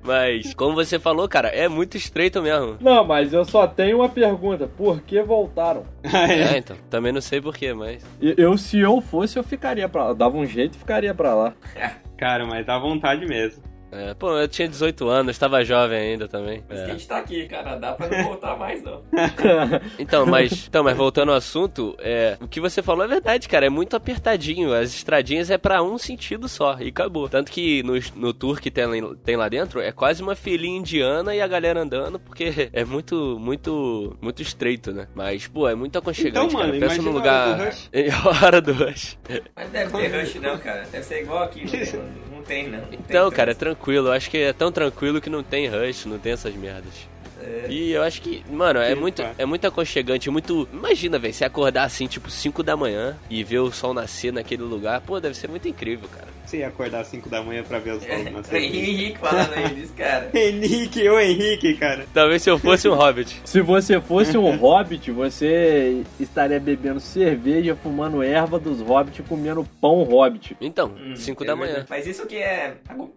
D: Mas, como você falou, cara, é muito estreito mesmo.
B: Não, mas eu só tenho uma pergunta. Por que voltaram?
D: É, então. Também não sei porquê, mas.
B: E- Eu, se eu fosse, eu ficaria pra lá. Eu Dava um jeito e ficaria pra lá.
C: Cara, mas dá vontade mesmo.
D: é, pô, eu tinha 18 anos, tava jovem ainda também.
A: Por isso que
D: É.
A: a gente tá aqui, cara. Dá pra não voltar mais, não.
D: Então, mas, então, mas voltando ao assunto, é, o que você falou é verdade, cara. É muito apertadinho. As estradinhas é pra um sentido só e acabou. Tanto que no, no tour que tem, lá- tem lá dentro é quase uma filinha indiana e a galera andando, porque é muito, muito, muito estreito, né? Mas, pô, é muito aconchegante,
C: Então, mano,
D: cara. Pensa
C: imagina
D: num
C: a
D: lugar.
C: hora do rush.
D: É a hora do rush.
A: Mas deve ter rush, não, cara. Deve ser igual aqui. Não tem, não, não tem, não. Não tem
D: Então, cara, é
A: trânsito.
D: tranquilo. Eu acho que é tão tranquilo que não tem rush, não tem essas merdas.
A: É.
D: E eu acho que, mano, é
C: Sim,
D: muito,
C: tá.
D: é muito aconchegante, muito. Imagina, velho, você acordar assim, tipo, 5 da manhã e ver o sol nascer naquele lugar. Pô, deve ser muito incrível, cara.
C: Você ia acordar às 5 da manhã pra ver os fogos
A: É,
C: nascer.
A: tem Henrique falando aí disso, cara.
C: Henrique, ô Henrique, cara.
D: Talvez se eu fosse um hobbit.
B: Se você fosse um hobbit, você estaria bebendo cerveja, fumando erva dos hobbits e comendo pão hobbit.
D: Então,
A: Hum,
D: 5
A: é
D: da manhã.
A: verdade. Mas isso que é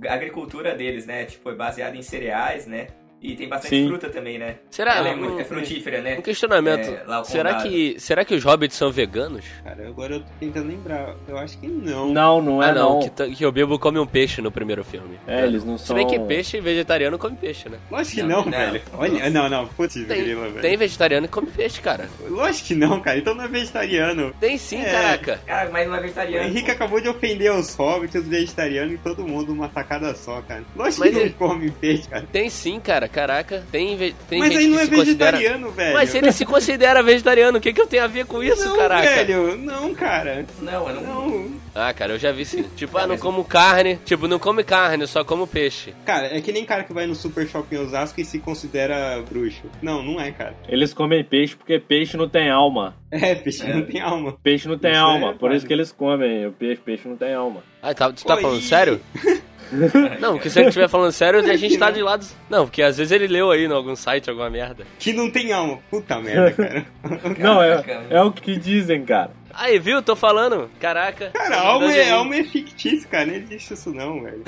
A: a agricultura deles, né? Tipo, é baseada em cereais, né? E tem bastante
B: Sim.
A: fruta também, né?
D: Será?
A: Ela é,
D: um,
A: muito, é frutífera, né?
D: um questionamento.
A: É, lá o
D: será,
A: condado.
D: que, será que os hobbits são veganos?
C: Cara, agora eu tô tentando lembrar. Eu acho que não.
B: Não, não é
D: ah, não,
B: não.
D: Que, t- que o Bilbo come um peixe no primeiro filme.
B: É, eles não
D: Se
B: são...
D: bem que peixe vegetariano come peixe, né?
C: Lógico que
A: Não,
C: não,
A: não.
C: velho. Olha, não, não. Putz,
D: Tem,
C: grila, velho.
D: tem vegetariano que come peixe, cara.
C: Lógico que não, cara. Então não é vegetariano.
D: Tem sim,
C: É.
D: caraca.
A: Cara, mas não é
C: O
A: vegetariano.
C: Henrique
A: pô.
C: acabou de ofender os hobbits, os vegetarianos e todo mundo numa tacada só, cara. Lógico
D: Mas
C: que não
D: ele-
C: come peixe, cara.
D: Tem sim, cara, caraca. Tem, ve- tem
C: Mas
D: gente
C: aí não
D: que
C: é
D: se considera...
C: vegetariano, velho.
D: Mas se ele se considera vegetariano, o que, que eu tenho a ver com isso,
C: não,
D: caraca?
C: velho. Não, cara.
A: Não, eu não.
C: Não.
D: Ah, cara, eu já vi sim. Tipo, ah, não
A: mas-
D: como carne. Tipo, não come carne, eu só como peixe.
C: Cara, é que nem cara que vai no super shopping Osasco e se considera bruxo. Não, não é, cara.
B: Eles comem peixe porque peixe não tem alma.
C: É, peixe não tem alma.
B: Peixe não tem
C: Isso é
B: alma, por
C: verdade.
B: isso que eles comem o peixe, peixe não tem alma.
D: Ah, tá, tu tá
C: Pô,
D: falando
C: e-
D: sério? Não, que se ele estiver falando sério, a gente tá de lado. Não, porque às vezes ele leu aí em algum site, alguma merda.
C: Que não tem alma. Puta merda, cara.
B: Não, é,
A: Caraca.
B: é o que dizem, cara.
D: Aí, viu? Tô falando. Caraca.
C: Cara,
D: Tô
C: alma
D: mandando
C: é,
D: aí.
C: alma é fictício, cara. Não existe isso não, velho.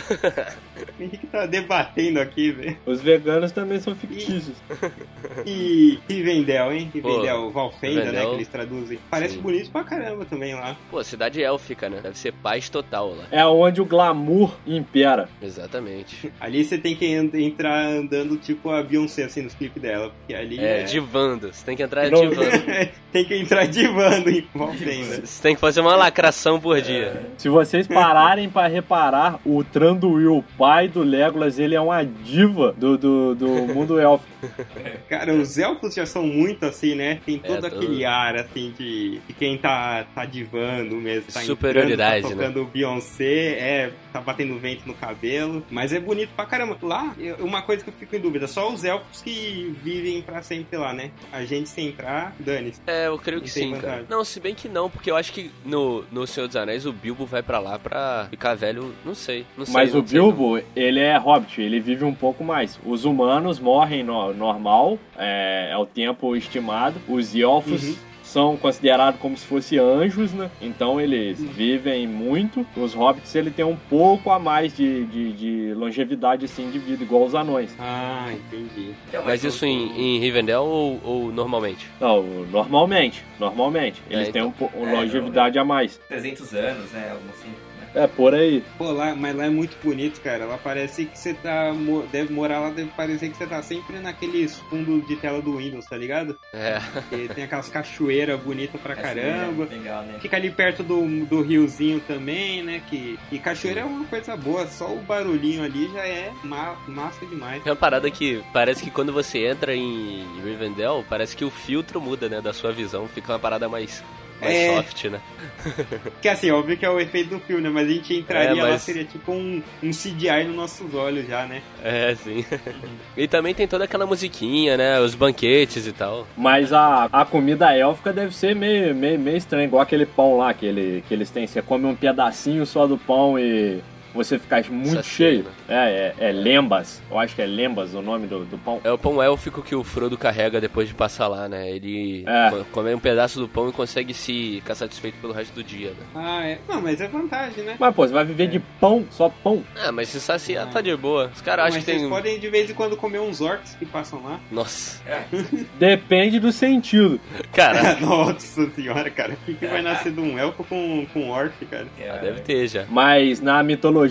C: o Henrique tá debatendo aqui, velho.
B: Os veganos também são fictícios.
C: E Rivendell, hein? Rivendell, Valfenda, né?
D: Rivendell.
C: Que eles traduzem. Parece
D: Sim.
C: bonito pra caramba também lá.
D: Pô, cidade élfica, né? Deve ser paz total lá.
B: É onde o glamour impera.
D: Exatamente.
C: Ali você tem que en- entrar andando tipo a Beyoncé, assim, nos clipes dela. Porque ali
D: É,
C: é...
D: divando. Você tem que entrar
B: Não-
D: divando.
C: tem que entrar divando em Valfenda.
D: Você tem que fazer uma lacração por dia.
B: Se vocês pararem pra reparar, o Tranduil pai do Legolas, ele é uma diva do, do, do mundo elfo.
C: Cara, os elfos já são muito assim, né? Tem todo
D: É, todo.
C: aquele ar, assim, de, de quem tá, tá divando mesmo. Tá
D: Superioridade, né?
C: entrando, tá tocando Beyoncé, é, tá batendo vento no cabelo. Mas é bonito pra caramba. Lá, eu- uma coisa que eu fico em dúvida, só os elfos que vivem pra sempre lá, né? A gente se entrar, dane-se.
D: É, eu creio que
C: Não tem
D: sim, cara.
C: vantagem.
D: Não, se bem que não, porque eu acho que no, no Senhor dos Anéis o Bilbo vai pra lá pra ficar velho, não sei. Não sei
B: Mas
D: não
B: o
D: sei,
B: Bilbo, ele é hobbit, ele vive um pouco mais. Os humanos morrem no- normal, é, é o tempo estimado. Os elfos
C: Uhum.
B: são considerados como se fossem anjos, né? Então eles
D: Uhum.
B: vivem muito. Os hobbits, ele tem um pouco a mais de, de- de longevidade, assim, de vida, igual os anões.
C: Ah, entendi.
A: Então,
D: não. Mas
A: o-
D: isso em, em Rivendell ou, ou normalmente?
B: Não, normalmente, normalmente. Eles
D: É,
B: têm um po- uma
A: é,
B: longevidade a mais.
A: 300 anos, né? Algo assim. né?
B: É, por aí.
C: Pô, lá, mas lá é muito bonito, cara. Lá parece que você tá. mo- Deve morar lá, deve parecer que você tá sempre naqueles fundos de tela do Windows, tá ligado?
D: É.
C: Porque tem aquelas cachoeiras bonitas pra caramba.
A: Assim, Legal, né?
C: Fica ali perto do, do riozinho também, né? Que, e cachoeira é uma coisa boa, só o barulhinho ali já é ma- massa demais.
D: É uma parada que parece que quando você entra em Rivendell, parece que o filtro muda, né? Da sua visão, fica uma parada mais, mais
C: É.
D: soft, né?
C: Que assim, óbvio que é o efeito do filme, né? Mas a gente entraria
D: É, mas-
C: lá, seria tipo um, um CGI nos nossos olhos já, né?
D: É, sim. e também tem toda aquela musiquinha, né? Os banquetes e tal.
B: Mas a, a comida élfica deve ser meio, meio, meio estranha, igual aquele pão lá que, ele, que eles têm. Você come um pedacinho só do pão e você fica muito
D: Saci,
B: cheio.
D: né?
B: É, é, é lembas. Eu acho que é lembas o nome do, do pão.
D: É o pão élfico que o Frodo carrega depois de passar lá, né? Ele
B: É.
D: co- come um pedaço do pão e consegue se ficar satisfeito pelo resto do dia, né?
C: Ah, é. Não, mas é vantagem, né?
B: Mas, pô, você vai viver de pão, só pão.
D: Ah, mas se saciar tá de boa. Os caras acham
C: mas
D: que tem. um
C: vocês podem de vez em quando comer uns orcs que passam lá.
D: Nossa,
B: Depende do sentido.
D: cara.
C: Nossa senhora, cara. O que, que vai nascer de um elfo com, com um orc, cara?
A: É,
D: Ah, deve ter já.
B: Mas na mitologia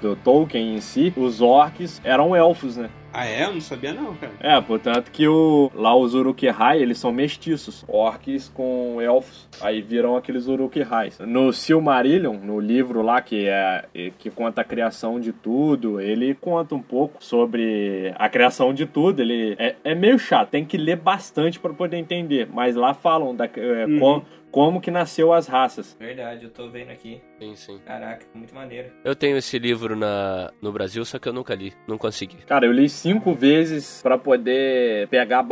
B: do Tolkien em si, os orcs eram elfos, né?
C: Ah, é? Eu não sabia não, cara.
B: É, portanto que o, lá os Uruk-hai, eles são mestiços, orcs com elfos, aí viram aqueles Uruk-hais. No Silmarillion, no livro lá que é é- que conta a criação de tudo, ele conta um pouco sobre a criação de tudo, ele é, é meio chato, tem que ler bastante para poder entender, mas lá falam da, é,
C: Uhum.
B: com- como que nasceu as raças.
A: Verdade, eu tô vendo aqui.
D: Sim, sim.
A: Caraca, muito maneiro.
D: Eu tenho esse livro na... no Brasil, só que eu nunca li. Não consegui.
B: Cara, eu li cinco vezes para poder pegar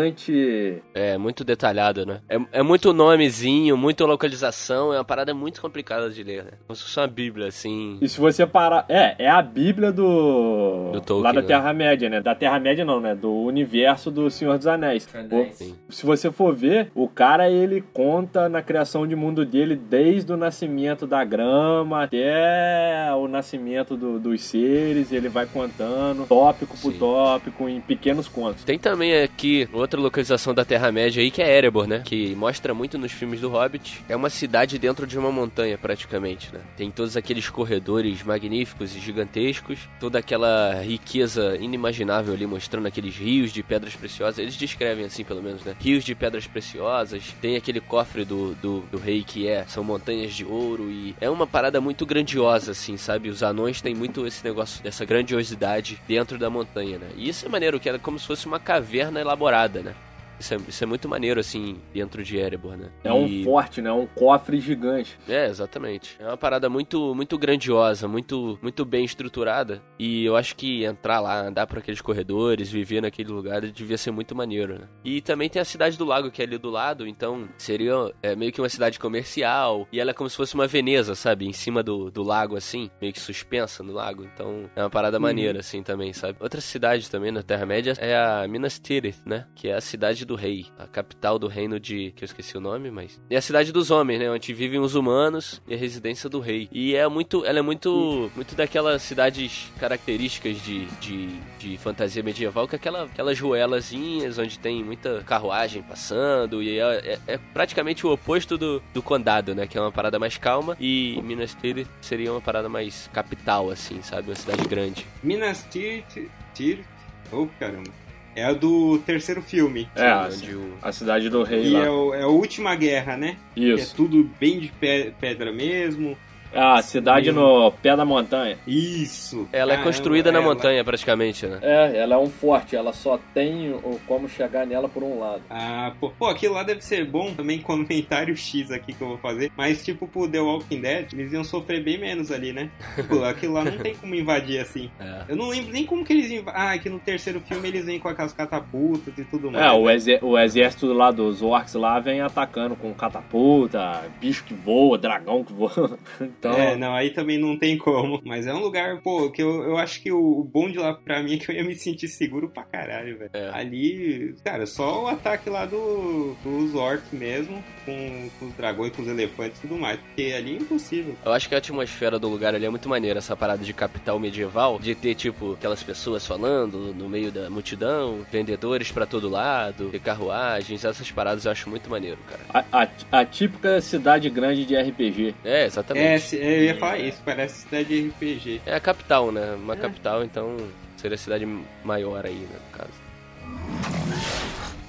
B: bastante
D: É muito detalhado, né? É, é muito nomezinho, muita localização, é uma parada muito complicada de ler, né? Como se fosse uma bíblia, assim.
B: E se você parar. É, é a Bíblia do.
D: Do Tolkien,
B: lá da
D: né?
B: Terra-média, né? Da Terra-média não, né? Do universo do Senhor dos Anéis.
A: Anéis.
D: Sim.
B: O- se você for ver, o cara ele conta na criação de mundo dele desde o nascimento da grama até o nascimento do- dos seres. Ele vai contando tópico por
D: Sim.
B: tópico em pequenos contos.
D: Tem também aqui outra localização da Terra-média aí, que é Erebor, né? Que mostra muito nos filmes do Hobbit. É uma cidade dentro de uma montanha, praticamente, né? Tem todos aqueles corredores magníficos e gigantescos, toda aquela riqueza inimaginável ali, mostrando aqueles rios de pedras preciosas. Eles descrevem assim, pelo menos, né? Rios de pedras preciosas. Tem aquele cofre do, do, do rei que é, são montanhas de ouro e é uma parada muito grandiosa, assim, sabe? Os anões têm muito esse negócio dessa grandiosidade dentro da montanha, né? E isso é maneiro, que era como se fosse uma caverna elaborada, né? Isso é, isso é muito maneiro, assim, dentro de Erebor, né?
B: É um
D: E-
B: forte, né? Um cofre gigante.
D: é, exatamente. É uma parada muito muito grandiosa, muito muito bem estruturada. E eu acho que entrar lá, andar por aqueles corredores, viver naquele lugar devia ser muito maneiro, né? E também tem a cidade do lago, que é ali do lado, então seria é, meio que uma cidade comercial. E ela é como se fosse uma Veneza, sabe? Em cima do, do lago, assim, meio que suspensa no lago. Então é uma parada maneira, assim, também, sabe? Outra cidade também na Terra-média é a Minas Tirith, né? Que é a cidade do rei, a capital do reino de. que eu esqueci o nome, mas. É a cidade dos homens, né? Onde vivem os humanos e a residência do rei. E é muito. Ela é muito. muito daquelas cidades características de, de, de fantasia medieval, que é aquela, aquelas ruelazinhas onde tem muita carruagem passando. E é, é- é praticamente o oposto do, do condado, né? Que é uma parada mais calma. E Minas Tirith seria uma parada mais capital, assim, sabe? Uma cidade grande.
C: Minas Tirith. Tirith. Oh, caramba. É a do terceiro filme.
B: É, a,
D: onde o.
B: a cidade do rei
C: E
B: lá.
C: é, o- é a última guerra, né? Que
B: Isso.
C: É tudo bem de pe- pedra mesmo.
B: Ah, cidade no pé da montanha.
C: Isso.
D: Ela é
C: Caramba,
D: construída na
C: ela-
D: montanha, praticamente, né?
B: É, ela é um forte, ela só tem o- como chegar nela por um lado.
C: Ah, pô. pô, aquilo lá deve ser bom também, comentário X aqui que eu vou fazer. Mas, tipo, pro The Walking Dead, eles iam sofrer bem menos ali, né? Tipo, aquilo lá não tem como invadir assim.
D: É.
C: Eu não lembro nem como que eles invadem. Ah, que no terceiro filme eles vêm com aquelas catapultas e tudo mais.
B: É, o, exé- o exército lá dos orcs lá vem atacando com catapulta, bicho que voa, dragão que voa. Então,
C: É, não, aí também não tem como. Mas é um lugar, pô, que eu, eu acho que o, o bom de lá pra mim é que eu ia me sentir seguro pra caralho, velho.
D: É.
C: Ali, cara, só o ataque lá do, dos orcs mesmo, com, com os dragões, com os elefantes e tudo mais. Porque ali é impossível.
D: Eu acho que a atmosfera do lugar ali é muito maneira, essa parada de capital medieval, de ter, tipo, aquelas pessoas falando no meio da multidão, vendedores pra todo lado, e carruagens, essas paradas eu acho muito maneiro, cara.
B: a, a- a típica cidade grande de RPG.
D: É,
C: É,
D: exatamente.
C: se- é, eu ia falar isso, parece cidade de RPG.
D: É a capital, né? Uma
C: É.
D: capital, então seria a cidade maior aí, né, no caso.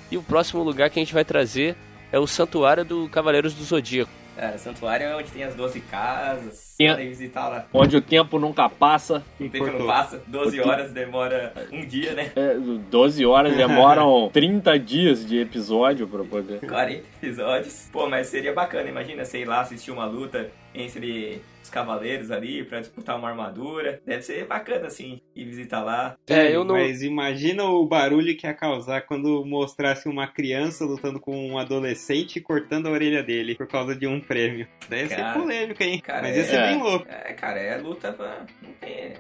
D: E o próximo lugar que a gente vai trazer é o Santuário do Cavaleiros do Zodíaco.
A: Cara, santuário é onde tem as 12 casas.
B: Tem a-
A: Podem visitar lá.
B: Onde o tempo nunca passa,
A: O tempo não
C: Cortou.
A: passa. 12
B: Cortou.
A: horas demora um dia, né?
B: é, 12 horas demoram 30 dias de episódio pra poder.
A: 40 episódios. Pô, mas seria bacana, imagina, sei lá, assistir uma luta entre os cavaleiros ali pra disputar uma armadura. Deve ser bacana, assim, ir visitar lá.
D: É, eu não.
C: Mas imagina o barulho que ia causar quando mostrasse uma criança lutando com um adolescente e cortando a orelha dele por causa de um prêmio. Deve ser
A: Cara.
C: polêmica, hein?
A: Cara,
C: Mas ia ser
B: é.
C: bem louco.
A: É, cara, é luta pra... Não tem...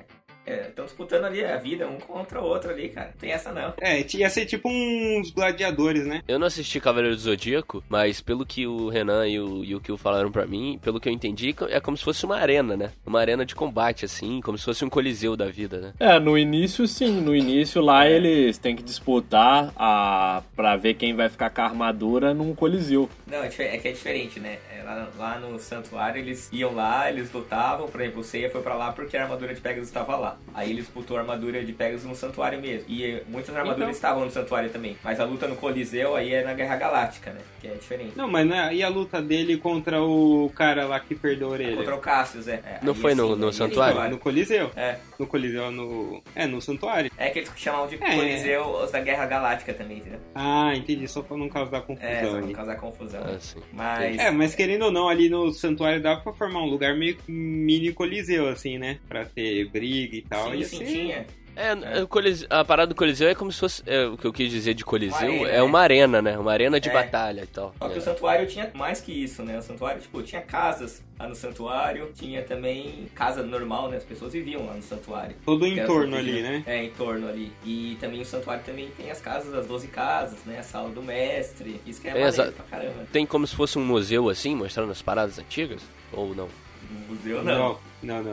A: Estão disputando ali a vida um contra o outro ali, cara. Não tem essa não.
C: É, t- ia ser tipo uns gladiadores, né?
D: Eu não assisti Cavaleiros do Zodíaco, mas pelo que o Renan e o Yukio falaram pra mim, pelo que eu entendi, é como se fosse uma arena, né? Uma arena de combate, assim, como se fosse um coliseu da vida, né?
B: É, no início sim, no início lá eles têm que disputar a para ver quem vai ficar com a armadura num coliseu.
A: Não, é dife- é que é diferente, né? É, Lá, lá no santuário eles iam lá, eles lutavam. Por exemplo, o Seiya foi pra lá porque a armadura de Pegasus estava lá. Aí ele disputou a armadura de Pegasus no santuário mesmo. E eh, muitas armaduras
C: Então-
A: estavam no santuário também. Mas a luta no Coliseu aí é na Guerra Galáctica, né? Que é diferente.
C: Não, mas né, e a luta dele contra o cara lá que perdeu a
A: Contra
C: orelha? Então,
A: o Cassius, é. é,
D: Não
A: aí,
D: foi no- no
A: aí eles
D: santuário?
A: falaram.
C: No Coliseu.
A: É,
C: No Coliseu, no. É, no Santuário.
A: é que eles chamavam de
C: É.
A: Coliseu os da Guerra Galáctica também, entendeu?
C: Ah, entendi. Só pra não causar
A: É, só
C: confusão
A: pra
C: aí.
A: não causar confusão.
D: Então, Ah, sim.
A: Mas.
C: É, mas querendo ou não, ali no santuário dava pra formar um lugar meio que mini coliseu, assim, né? Pra ter briga e tal.
A: Sim,
C: ia
A: sim,
C: ser-
A: tinha.
D: É, é, o colise- a parada do Coliseu é como se fosse. é, o que eu quis dizer de Coliseu
A: Uma arena,
D: é
A: né?
D: uma arena, né? Uma arena de
A: É.
D: batalha e tal.
A: Só que o
D: É.
A: santuário tinha mais que isso, né? O santuário, tipo, tinha casas lá no santuário, tinha também casa normal, né? As pessoas viviam lá no santuário.
C: Todo o
A: Que era
C: entorno ali,
A: protegido.
C: né?
A: É, em torno ali. E também o santuário também tem as casas, as 12 casas, né? A sala do mestre. Isso que é,
D: É,
A: maneiro
D: exa-
A: pra caramba.
D: Tem como se fosse um museu assim, mostrando as paradas antigas? Ou não?
A: No museu não.
C: não, não.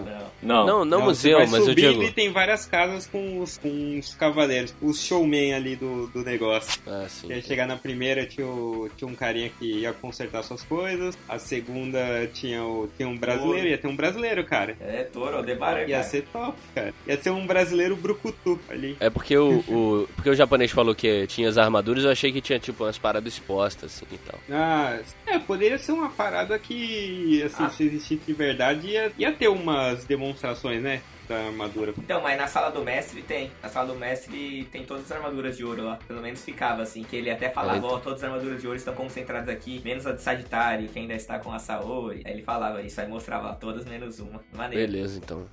A: Não.
B: Não.
D: Não, não,
C: você
D: museu,
C: vai
D: mas eu
C: subindo
D: digo.
C: e tem várias casas com os, com os cavaleiros, os showmen ali do, do negócio.
D: Ah, sim.
C: Ia chegar na primeira, tinha, o- tinha um carinha que ia consertar suas coisas. A segunda tinha, o, tinha um brasileiro, ia ter um brasileiro, cara.
A: É touro, Aldebaran,
C: Ia
A: cara.
C: ser top, cara. Ia ser um brasileiro brucutu ali.
D: É porque o, o- porque o japonês falou que tinha as armaduras, eu achei que tinha tipo umas paradas expostas assim e tal.
C: Ah, é, poderia ser uma parada que, assim,
A: Ah.
C: se existisse de verdade, ia, ia ter umas demonstrações, né? Da armadura.
A: Então, mas na sala do mestre tem. Na sala do mestre tem todas as armaduras de ouro lá. Pelo menos ficava assim, que ele até falava,
D: Eita.
A: ó, todas as armaduras de ouro estão concentradas aqui, menos a de Sagitário, que ainda está com a Saori. Aí ele falava isso, aí mostrava todas menos uma. Maneiro.
D: Beleza, então.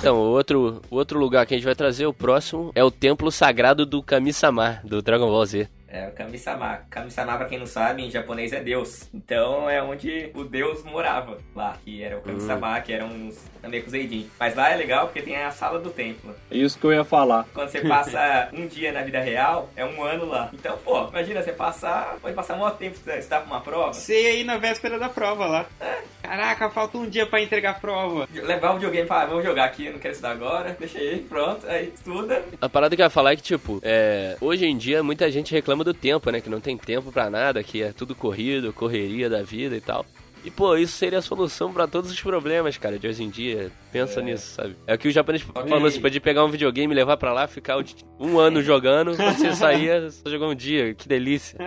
D: Então, o outro, o outro lugar que a gente vai trazer, o próximo, é o Templo Sagrado do Kami-sama, do Dragon Ball Z.
A: É o Kami-sama. Kami-sama, pra quem não sabe, em japonês é Deus. Então é onde o Deus morava lá, que era o
D: Hum.
A: Kami-sama, que era uns Namekuseidin. Mas lá é legal porque tem a sala do templo.
B: Isso que eu ia falar.
A: Quando você passa um dia na vida real, é um ano lá. Então, pô, imagina você passar, pode passar um maior tempo, né? você está pra uma prova.
C: Você ia aí na véspera da prova lá. Caraca, falta um dia pra entregar a prova.
A: Levar o videogame e falar, "Ah, vamos jogar aqui, eu não quero estudar agora, deixa aí, pronto, aí estuda.
D: A parada que eu ia falar é que, tipo, é, hoje em dia muita gente reclama do tempo, né? Que não tem tempo pra nada, que é tudo corrido, correria da vida e tal. E, pô, isso seria a solução pra todos os problemas, cara, de hoje em dia. Pensa nisso, sabe? É o que o japonês falou, você podia pegar um videogame, levar pra lá, ficar o- um ano jogando, quando você saía, só jogar um dia. Que delícia.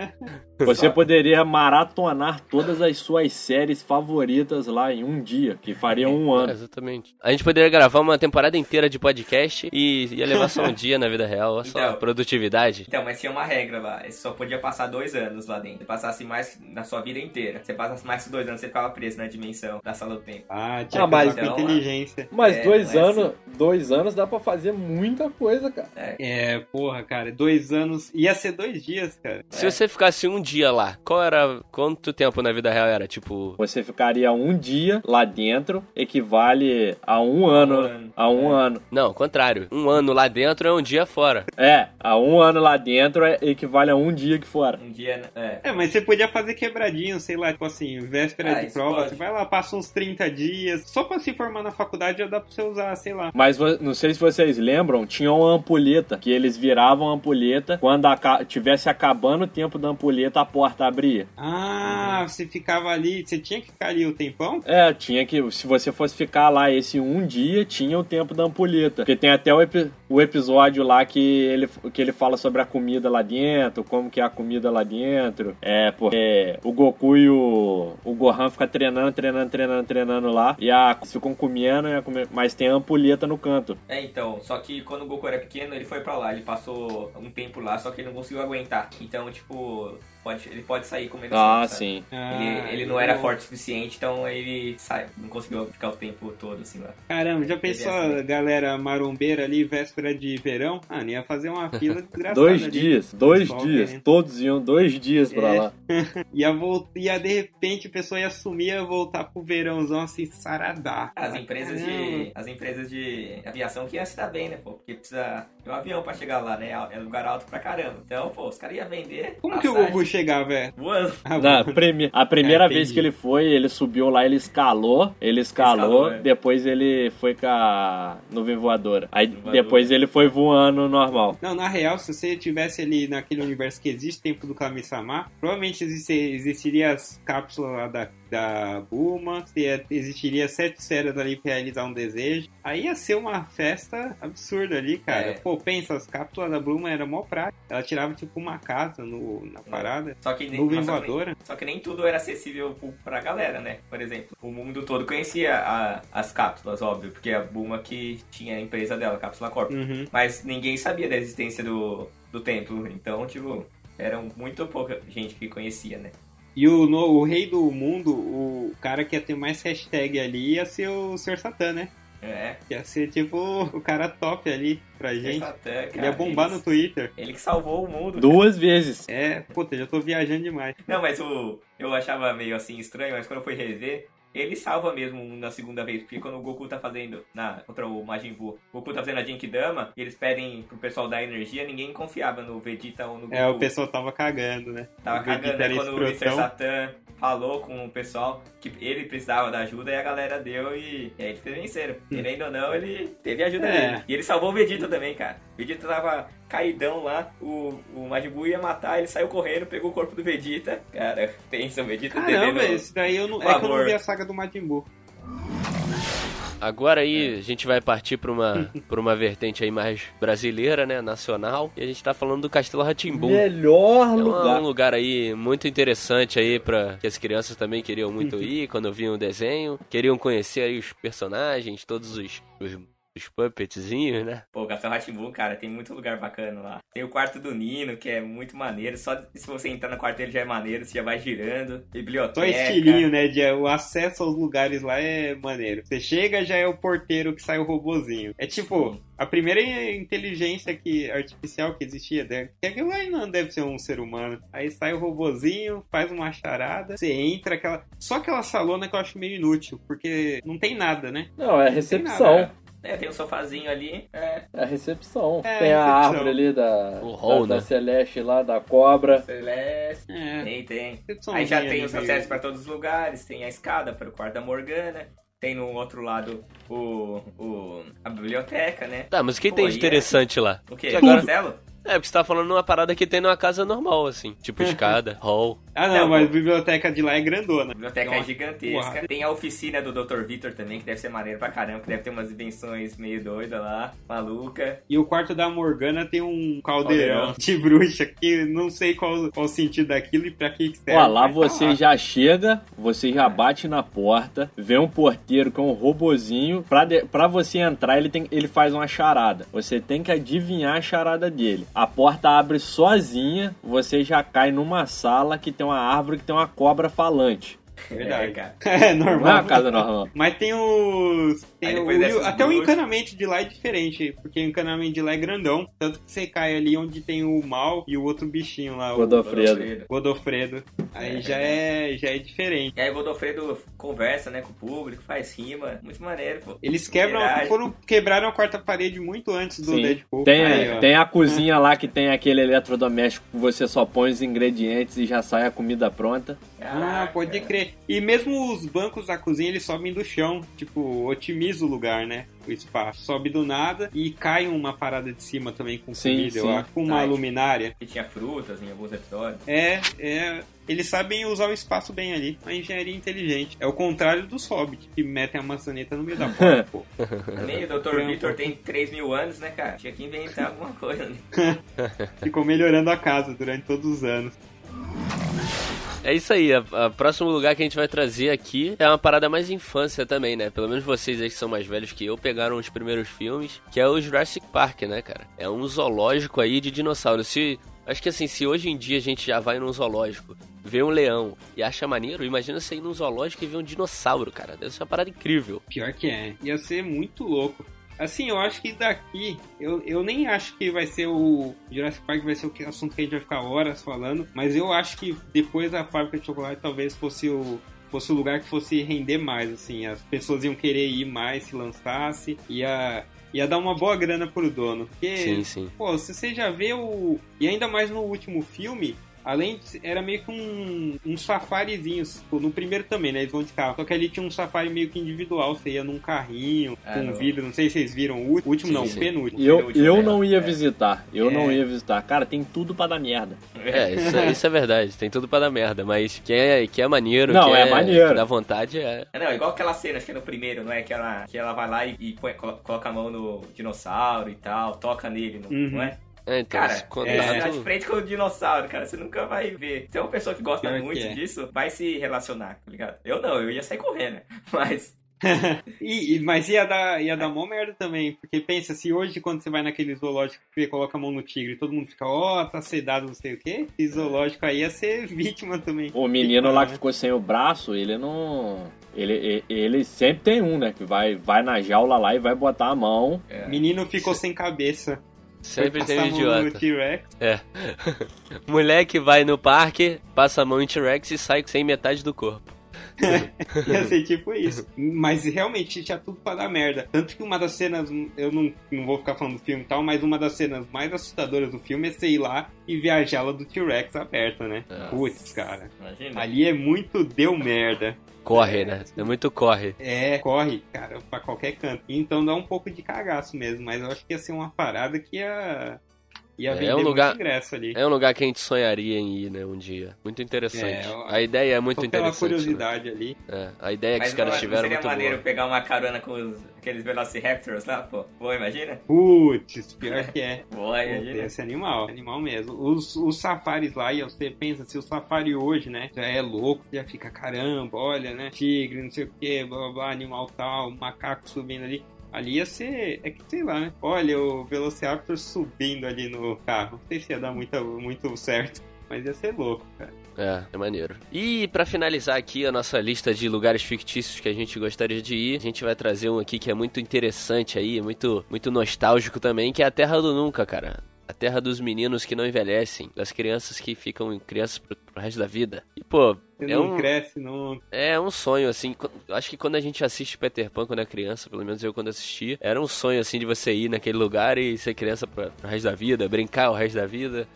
B: Você poderia maratonar todas as suas séries favoritas lá em um dia, que faria um
D: É,
B: ano.
D: exatamente. A gente poderia gravar uma temporada inteira de podcast e ia levar só um dia na vida real. Olha só,
A: Então.
D: produtividade.
A: Então, mas tinha uma regra lá. Você só podia passar dois anos lá dentro. Se passasse mais na sua vida inteira. Se passasse mais que dois anos, você ficava preso na dimensão da sala do tempo.
C: Ah, tinha
B: Ah,
C: que
B: mas-
C: usar com inteligência.
B: Mas
A: É,
B: dois
A: não é
B: anos, dois anos dá pra fazer muita coisa, cara.
C: É, porra, cara, dois anos. Ia ser dois dias, cara.
B: É.
D: Se você ficasse um dia lá, qual era. Quanto tempo na vida real era? Tipo.
B: Você ficaria um dia lá dentro, equivale a um ano.
A: ano.
B: A um ano.
D: Não, ao contrário. Um ano lá dentro é um dia fora.
B: É, a um ano lá dentro é- equivale a um dia que fora.
A: Um dia, né? É.
C: É, mas você podia fazer quebradinho, sei lá, tipo assim, véspera
A: Ah,
C: de
A: isso
C: prova,
A: pode.
C: você vai lá, passa uns 30 dias, só pra se formar na faculdade já dá pra você usar, sei lá.
B: Mas vo- não sei se vocês lembram, tinha uma ampulheta, que eles viravam a ampulheta, quando aca- tivesse acabando o tempo da ampulheta, a porta abria.
C: Ah,
A: Uhum.
C: você ficava ali, você tinha que ficar ali o tempão?
B: É, tinha que. Se você fosse ficar lá esse um dia, tinha o tempo da ampulheta. Porque tem até o, epi- o episódio lá que ele, que ele fala sobre a comida lá dentro, como que é a comida lá dentro. É, porque o Goku e o, o Gohan ficam treinando, treinando, treinando, treinando lá. E a, eles ficam comendo, e a comi- mas tem a ampulheta no canto.
A: É, então, só que quando o Goku era pequeno, ele foi pra lá, ele passou um tempo lá, só que ele não conseguiu aguentar. Então, tipo, pode, ele pode sair comendo assim,
B: Ah,
A: sabe?
B: sim.
C: Ah,
A: Ele, ele não era forte o suficiente, então ele sai, não conseguiu ficar o tempo todo assim lá.
C: Caramba, já pensou
A: Beleza.
C: a galera marombeira ali, véspera de verão? Ah, ia fazer uma fila desgraçada.
B: Dois
C: ali.
B: dias, dois
C: Pessoal
B: dias,
C: querendo.
B: todos iam dois dias pra
C: É.
B: lá.
C: Ia, vol... ia de repente a pessoa ia sumir, ia voltar pro verãozão assim, saradá.
A: As empresas
C: Caramba.
A: de. As empresas de aviação que iam se dar bem, né, pô? Porque precisa de um avião pra chegar lá, né? É lugar alto pra caramba. Então, pô, os caras iam vender.
C: Como que o
A: passagem
C: Goku chegava, velho?
A: Voando.
C: Ah,
B: Na prime- a primeira
C: É, entendi.
B: vez que ele foi, ele subiu lá, ele escalou, ele escalou,
A: Escalou, é.
B: depois ele foi com a nuvem voadora. Aí
A: Nuvem
B: depois ele foi voando normal.
C: Não, na real, se você tivesse ali naquele universo que existe tempo do Kami-sama, provavelmente existe- existiria as cápsulas lá da, da Buma, se- é, existiria sete esferas ali pra realizar um desejo. Aí ia ser uma festa absurda ali, cara.
A: É.
C: Pô, pensa, as cápsulas da Buma era mó prática. Ela tirava tipo uma casa no, na parada.
A: Só que nem.
C: Nuvem
A: nossa, nem-
C: voadora.
A: Só que nem tudo era acessível pro- pra galera, né? Por exemplo, o mundo todo conhecia a- as cápsulas, óbvio, porque a Buma que tinha a empresa dela, a Cápsula Corp.
C: Uhum.
A: Mas ninguém sabia da existência do, do templo, então, tipo, era muito pouca gente que conhecia, né?
C: E o, no- o rei do mundo, o cara que ia ter mais hashtag ali ia ser o Sr. Satã, né?
A: É,
C: Ia ser tipo o cara top ali pra gente.
A: Satã,
C: Ele é ia bombar no Twitter.
A: Ele que salvou o mundo.
B: Duas vezes.
C: É, puta, já tô viajando demais.
A: Não, mas o, eu achava meio assim estranho, mas quando eu fui rever, ele salva mesmo na segunda vez, porque quando o Goku tá fazendo na contra o Majin Buu, o Goku tá fazendo a Genkidama, e eles pedem pro pessoal dar energia, ninguém confiava no Vegeta ou no Goku.
C: É, o pessoal tava cagando, né?
A: Tava
C: o Vegeta
A: cagando
C: era
A: aí quando o Mr.
C: escrotão.
A: Satan falou com o pessoal que ele precisava da ajuda e a galera deu e, e aí eles venceram. Querendo ou não, ele teve a ajuda
C: Hum. É.
A: dele. E ele salvou o Vegeta também, cara. O Vegeta tava caidão lá, o, o Majin Buu ia matar, ele saiu correndo, pegou o corpo do Vegeta. Cara, pensa, o Vegeta
C: Caramba,
A: devendo-
C: esse daí eu Ah, não.
A: Por
C: É que eu não
A: favor.
C: vi a saga do Majin Buu.
D: Agora
B: É.
D: aí a gente vai partir pra uma, pra uma vertente aí mais brasileira, né? Nacional. E a gente tá falando do Castelo Ratimbum.
B: Melhor
D: É um,
B: lugar.
D: um lugar aí muito interessante aí para que as crianças também queriam muito ir quando viam o desenho, queriam conhecer aí os personagens, todos os, os, os puppetzinhos, né?
A: Pô, Castelo Ratimbu, cara, tem muito lugar bacana lá. Tem o quarto do Nino, que é muito maneiro. Só se você entrar no quarto dele já é maneiro, você já vai girando.
C: Só
A: Biblioteca.
C: estilinho, né? De, o acesso aos lugares lá é maneiro. Você chega, já é o porteiro que sai o robozinho. É tipo, a primeira inteligência que, artificial que existia, né? que aquilo aí não deve ser um ser humano. Aí sai o robozinho, faz uma charada, você entra, aquela. Só aquela salona que eu acho meio inútil, porque não tem nada, né?
B: Não, é recepção.
A: É, tem um sofazinho ali. É,
B: É recepção.
C: É,
B: tem a
C: recepção.
B: árvore ali da,
D: O hall,
B: da,
D: né?
B: da Celeste lá, da cobra.
A: Celeste.
C: É.
A: Tem, tem.
C: recepçãozinha
A: Aí já
C: ali,
A: tem os
C: meio-
A: acessos pra todos os lugares, tem a escada para o quarto da Morgana, tem no outro lado o, o a biblioteca, né?
D: Tá, mas o que
A: Pô,
D: tem
A: aí
D: de
A: é-
D: interessante lá?
A: O quê?
D: Tudo.
A: Castelo?
D: É, porque você tá falando numa parada que tem numa casa normal, assim, tipo escada, hall.
C: Ah, não,
A: Não,
C: mas a
A: pô.
C: biblioteca de lá é grandona.
A: A biblioteca é
C: Nossa.
A: gigantesca.
C: Uau.
A: Tem a oficina do Dr. Vitor também, que deve ser maneiro pra caramba, que deve ter umas invenções meio doidas lá, maluca.
C: E o quarto da Morgana tem um
A: Caldeirão.
C: caldeirão, de bruxa que não sei qual, qual o sentido daquilo e pra que que serve.
B: Ó, lá
C: mas tá
B: você já chega, você já bate na porta, vê um porteiro com um robozinho. Pra, de- pra você entrar, ele, tem, ele faz uma charada. Você tem que adivinhar a charada dele. A porta abre sozinha, você já cai numa sala que tem uma árvore que tem uma cobra falante.
C: Verdade.
A: É, cara.
C: É
B: Não é uma
C: normal.
B: casa normal.
C: Mas tem os. tem
A: Aí
C: o-
A: depois dessas
C: até o
A: duas-
C: encanamento de lá é diferente, porque o encanamento de lá é grandão. Tanto que você cai ali onde tem o mal e o outro bichinho lá, o
B: Godofredo.
C: Godofredo. Aí
A: É.
C: já é, já é diferente.
A: E aí o Godofredo conversa, né, com o público, faz rima. Muito maneiro, pô.
C: Eles quebram,
A: Verdade.
C: foram, quebraram a quarta parede muito antes do
B: Sim.
C: Deadpool.
B: Tem,
C: Aí, ó.
B: tem a cozinha lá que tem aquele eletrodoméstico que você só põe os ingredientes e já sai a comida pronta.
C: Ah,
A: Caraca.
C: pode crer. E mesmo os bancos da cozinha, eles sobem do chão. Tipo, otimiza o lugar, né? O espaço. Sobe do nada e cai uma parada de cima também com
B: Sim,
C: comida,
B: sim.
C: eu acho. Com uma
A: Ai.
C: luminária.
A: Que tinha frutas em alguns episódios.
C: É, é... Eles sabem usar o espaço bem ali. Uma engenharia inteligente. É o contrário dos hobbits, que metem a maçaneta no meio da porta, pô.
A: Também o Dr. Vitor tem 3 mil anos, né, cara? Tinha que inventar alguma coisa, né?
C: Ficou melhorando a casa durante todos os anos.
D: É isso aí, o próximo lugar que a gente vai trazer aqui é uma parada mais infância também, né? Pelo menos vocês aí que são mais velhos que eu pegaram os primeiros filmes, que é o Jurassic Park, né, cara? É um zoológico aí de dinossauro. Se, acho que assim, se hoje em dia a gente já vai num zoológico, vê um leão e acha maneiro, imagina você ir num zoológico e ver um dinossauro, cara. Deve ser uma parada incrível.
C: Pior que é. Ia ser muito louco. Assim, eu acho que daqui, eu, eu nem acho que vai ser o Jurassic Park, vai ser o que- assunto que a gente vai ficar horas falando, mas eu acho que depois da fábrica de chocolate talvez fosse o fosse o lugar que fosse render mais, assim, as pessoas iam querer ir mais se lançasse, ia, ia dar uma boa grana pro dono. Porque
D: Sim, sim.
C: Pô, se você já vê o. E ainda mais no último filme. Além de, era meio que um, um safarizinho, tipo, no primeiro também, né? Eles vão de carro. Só que ali tinha um safari meio que individual, você ia num carrinho,
A: Ah,
C: com
A: não.
C: vidro, não sei se vocês viram o último,
D: É,
C: último
D: Sim,
C: não,
D: sim.
C: o penúltimo.
B: Eu, eu não ia
A: É.
B: visitar, eu
C: É.
B: não ia visitar. Cara, tem tudo pra dar merda.
D: É, isso, isso é verdade, tem tudo pra dar merda, mas que é, que é maneiro,
B: Não,
D: que
B: é maneiro.
D: que dá vontade, é.
A: É, Não, igual aquela cena, acho que é no primeiro, não é? Que ela, que ela vai lá e, e põe- colo- coloca a mão no dinossauro e tal, toca nele, não,
C: Uhum.
A: não é?
D: É, então,
A: Cara,
D: esse
A: é, você tá
D: contato...
A: de frente com o dinossauro, cara, você nunca vai ver. Se é uma pessoa que gosta
C: Pior que
A: muito
C: é.
A: disso, vai se relacionar, tá ligado? Eu não, eu ia sair correndo, né? mas...
C: E, e- mas ia dar, ia dar mó merda também, porque pensa, se hoje quando você vai naquele zoológico que você coloca a mão no tigre e todo mundo fica, ó, tá sedado, não sei o quê, esse zoológico aí ia ser vítima também.
B: O menino lá que
C: Né?
B: ficou sem o braço, ele não. Ele, e- ele sempre tem um, né? Que vai, vai na jaula lá e vai botar a mão.
A: É.
C: Menino ficou sem cabeça.
D: Sempre
C: Foi
D: tem um
C: passar a mão no
D: idiota.
C: T-Rex.
D: É. Moleque vai no parque, passa a mão em T-Rex e sai sem metade do corpo.
C: Ia ser tipo isso. Mas realmente tinha tudo pra dar merda. Tanto que uma das cenas, eu não, não vou ficar falando do filme e tal, mas uma das cenas mais assustadoras do filme é você ir lá e ver a jaula do T-Rex aberta, né?
D: Ah.
C: Putz, cara.
A: Imagina.
C: Ali é muito deu merda.
D: Corre, né? É muito corre.
C: É, corre, cara, pra qualquer canto. Então dá um pouco de cagaço mesmo, mas eu acho que ia ser uma parada que ia, ia
D: É,
C: vender
D: é um lugar-
C: muito ingresso ali.
D: É um lugar que a gente sonharia em ir, né, um dia. Muito interessante.
C: É, eu-
D: A ideia é muito
C: Só pela
D: interessante.
C: curiosidade ali.
D: né? É, a ideia que
A: Mas
D: os caras
A: não-
D: tiveram é
A: seria
D: muito
A: maneiro
D: boa.
A: pegar uma carona com os- aqueles Velociraptors lá, pô? Pô, imagina?
C: Putz, pior que é.
A: Pô,
C: Pô,
A: imagina.
C: Esse animal, animal mesmo. Os, os safaris lá, e você pensa, se o safari hoje, né, já é louco, já fica caramba, olha, né, tigre, não sei o que, blá blá blá, animal tal, macaco subindo ali. Ali ia ser, é que sei lá, né? Olha o Velociraptor subindo ali no carro. Não sei se ia dar muito, muito certo, mas ia ser louco, cara.
D: É, é maneiro. E pra finalizar aqui a nossa lista de lugares fictícios que a gente gostaria de ir, a gente vai trazer um aqui que é muito interessante aí, muito, muito nostálgico também, que é a Terra do Nunca, cara. A terra dos meninos que não envelhecem, das crianças que ficam crianças pro, pro resto da vida. E, pô,
C: Você
D: É
C: não
D: um-
C: cresce, não.
D: É um sonho, assim. qu- Acho que quando a gente assiste Peter Pan quando é criança, pelo menos eu quando assisti, era um sonho, assim, de você ir naquele lugar e ser criança pra, pro resto da vida, brincar o resto da vida.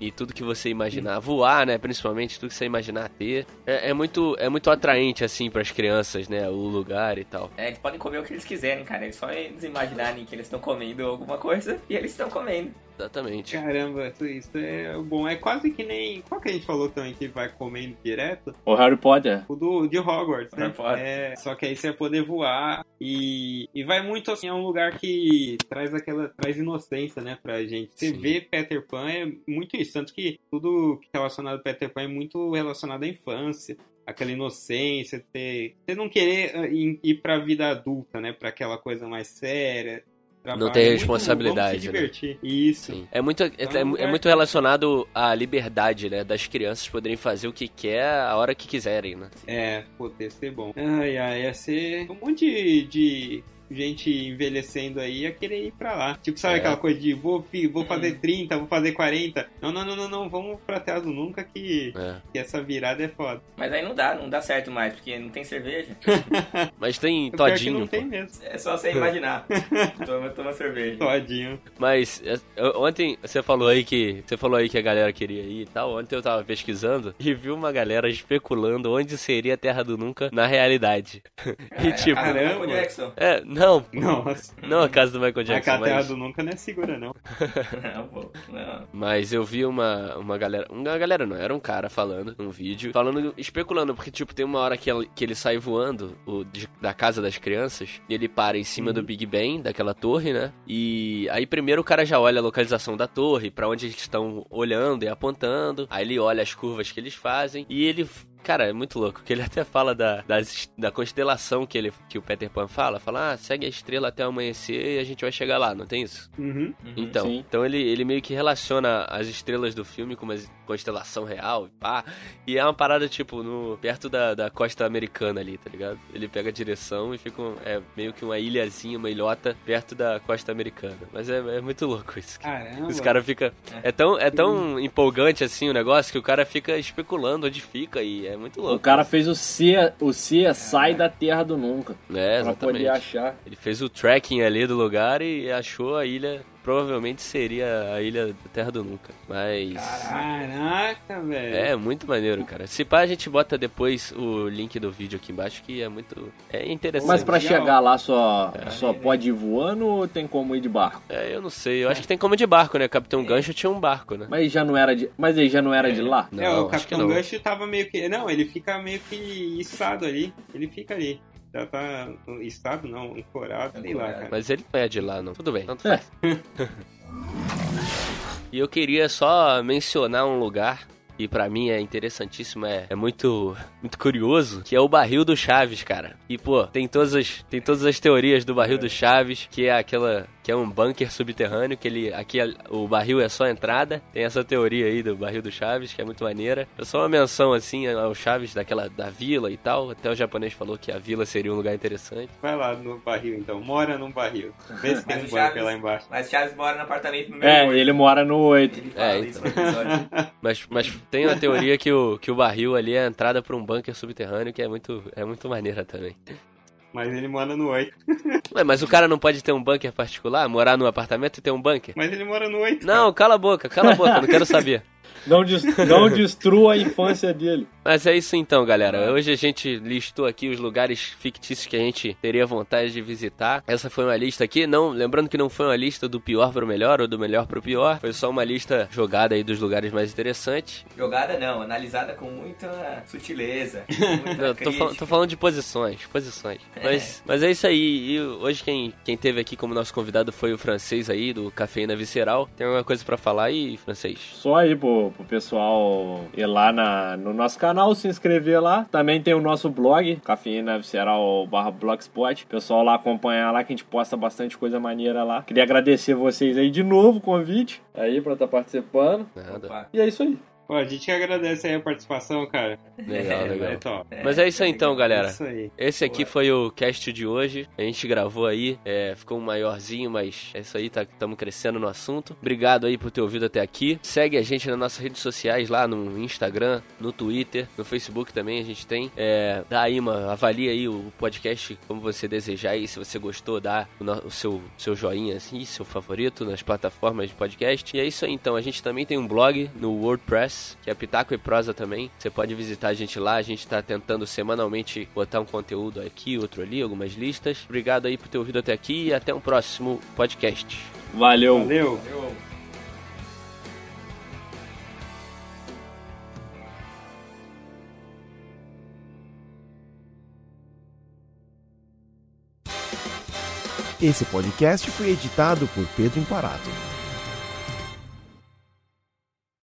D: e tudo que você imaginar. Voar, né? Principalmente tudo que você imaginar ter. É, é muito, é muito atraente, assim, para as crianças, né? O lugar e tal.
A: É, eles podem comer o que eles quiserem, cara. Eles só eles imaginarem que eles estão comendo alguma coisa e eles estão comendo.
C: É.
D: Exatamente.
C: Caramba, isso é bom. É quase que nem. Qual que a gente falou também que vai comendo direto?
B: O Harry Potter.
C: O do, de Hogwarts, né?
A: Harry Potter.
C: É, só que aí você vai poder voar e, e vai muito assim, é um lugar que traz aquela, traz inocência, né, pra gente. Você
D: Sim.
C: vê Peter Pan é muito isso, tanto que tudo que é relacionado a Peter Pan é muito relacionado à infância. Aquela inocência, ter, você não querer ah, ir, ir pra vida adulta, né? Pra aquela coisa mais séria. trabalho, é
D: ter
C: muito,
D: responsabilidade, né?
C: Vamos se divertir. Isso.
D: Sim. É muito, é,
C: Então,
D: é- é
C: é-
D: muito relacionado à liberdade, né? Das crianças poderem fazer o que quer a hora que quiserem, né?
C: É, poder ser bom. Ai, ai, ia ser um monte de, de gente envelhecendo aí ia querer ir pra lá. Tipo, sabe
D: É. Hum.
C: aquela coisa de vou, fi- vou fazer 30, vou fazer 40. Não, não, não, não, não, vamos pra Terra do Nunca que,
D: É.
C: que essa virada é foda.
A: Mas aí não dá, não dá certo mais, porque não tem cerveja.
D: Mas tem
C: É Pior que
D: todinho.
C: não tem
D: pô.
C: mesmo.
A: É só você imaginar. toma, toma cerveja.
C: Todinho.
D: Mas é, eu- ontem você falou aí que você falou aí que a galera queria ir e tal. Ontem eu tava pesquisando e vi uma galera especulando onde seria a Terra do Nunca na realidade.
C: É,
D: e tipo,
A: Ah,
C: Caramba.
A: Michael Jackson.
D: é, não,
C: Nossa.
D: não a casa do Michael
C: Mas que
D: Jackson,
C: a Terra
D: mas,
C: do Nunca não é segura, não.
A: Não, pô, não.
D: mas eu vi uma uma galera, uma galera não, era um cara falando num vídeo, falando especulando porque tipo tem uma hora que ele, que ele sai voando o, de- da casa das crianças e ele para em cima do Big Ben, daquela torre, né? E aí primeiro o cara já olha a localização da torre, pra onde eles estão olhando e apontando. Aí ele olha as curvas que eles fazem e ele Cara, é muito louco, que ele até fala da, das- da constelação que, ele, que o Peter Pan fala. Fala, ah, segue a estrela até amanhecer e a gente vai chegar lá, não tem isso?
C: Uhum.
A: Uhum.
D: Então,
B: Sim.
D: então ele, ele meio que relaciona as estrelas do filme com uma constelação real e pá. E é uma parada, tipo, no, perto da, da costa americana ali, tá ligado? Ele pega a direção e fica um- é, meio que uma ilhazinha, uma ilhota perto da costa americana. Mas é, é muito louco isso.
C: Caramba.
D: Os cara fica. É tão, é tão empolgante assim o negócio que o cara fica especulando onde fica e é muito
B: O
D: louco.
B: cara fez o C, o C sai da terra do nunca.
D: É,
B: Pra poder
D: exatamente.
B: achar.
D: Ele fez o tracking ali do lugar e achou a ilha. Provavelmente seria a ilha da Terra do Nunca. Mas.
C: Caraca, velho.
D: É, muito maneiro, cara. Se pá, a gente bota depois o link do vídeo aqui embaixo, que é muito. É interessante.
B: Mas pra
C: Legal.
B: chegar lá só, só pode ir voando ou tem como ir de barco?
D: É, eu não sei. Eu acho que tem como de barco, né? Capitão Gancho tinha um barco, né?
B: Mas já não era de. Mas ele já não era de lá?
D: Não,
C: é, o
D: acho que
C: Capitão
D: não.
C: Gancho tava meio que. Não, ele fica meio que içado ali. Ele fica ali. Já tá. Estado não, ancorado, sei lá, cara.
D: Mas ele não é de lá, não. Tudo bem, tanto faz. e eu queria só mencionar um lugar que pra mim é interessantíssimo, é, é muito muito curioso, que é o barril do Chaves, cara. E pô, tem todas as tem todas as teorias do barril do Chaves, que é aquela que é um bunker subterrâneo que ele aqui é- o barril é só a entrada. Tem essa teoria aí do barril do Chaves, que é muito maneira. É só uma menção assim ao Chaves daquela da vila e tal. Até o japonês falou que a vila seria um lugar interessante.
C: Vai lá no barril então, mora num barril. Vê se tem
A: Mas
C: um
A: o
C: bunker
A: Chaves-
C: lá embaixo.
A: Mas Chaves mora no apartamento número
B: É,
A: 8.
B: ele mora no 8.
A: Ele fala
D: É,
A: isso no episódio.
D: Mas, mas tem a teoria que o, que o barril ali é a entrada pra um bunker subterrâneo, que é muito, é muito maneira também.
C: Mas ele mora no 8.
D: Ué, mas o cara não pode ter um bunker particular? Morar num apartamento e ter um bunker?
C: Mas ele mora no 8.
D: Não, cala a boca, cala a boca, não quero saber.
B: Não, des- não destrua a infância dele.
D: Mas é isso então, galera. Hoje a gente listou aqui os lugares fictícios que a gente teria vontade de visitar. Essa foi uma lista aqui, não, lembrando que não foi uma lista do pior pro melhor ou do melhor pro pior, foi só uma lista jogada aí dos lugares mais interessantes.
A: Jogada não, analisada com muita sutileza. com muita
D: Não, tô,
A: crítica.
D: fal- tô falando de posições, posições. Mas, mas é isso aí. E hoje quem, quem teve aqui como nosso convidado foi o francês aí, do Cafeína Visceral. Tem alguma coisa pra falar aí, francês?
B: Só aí pro, pro pessoal ir lá na, no nosso canal, se inscrever lá. Também tem o nosso blog, cafeinavisceral barra blogspot. Pessoal lá acompanhar lá que a gente posta bastante coisa maneira lá. Queria agradecer vocês aí de novo o convite aí pra estar tá participando.
D: Nada.
A: Opa.
B: E é isso aí.
C: Pô, a gente que agradece aí a participação, cara.
D: Legal, legal.
C: É top.
D: Mas é isso aí então, galera.
C: Isso aí.
D: Esse aqui foi o cast de hoje. A gente gravou aí, é, ficou um maiorzinho, mas é isso aí, estamos crescendo no assunto. Obrigado aí por ter ouvido até aqui. Segue a gente nas nossas redes sociais, lá no Instagram, no Twitter, no Facebook também a gente tem. É, dá aí uma, avalia aí o podcast como você desejar aí. Se você gostou, dá o, no- o seu, seu joinha assim, seu favorito nas plataformas de podcast. E é isso aí então. A gente também tem um blog no WordPress, que é Pitaco e Prosa também. Você pode visitar a gente lá. A gente tá tentando semanalmente botar um conteúdo aqui, outro ali, algumas listas. Obrigado aí por ter ouvido até aqui e até um próximo podcast.
B: Valeu.
C: Valeu.
A: Eu...
E: Esse podcast foi editado por Pedro Imparato.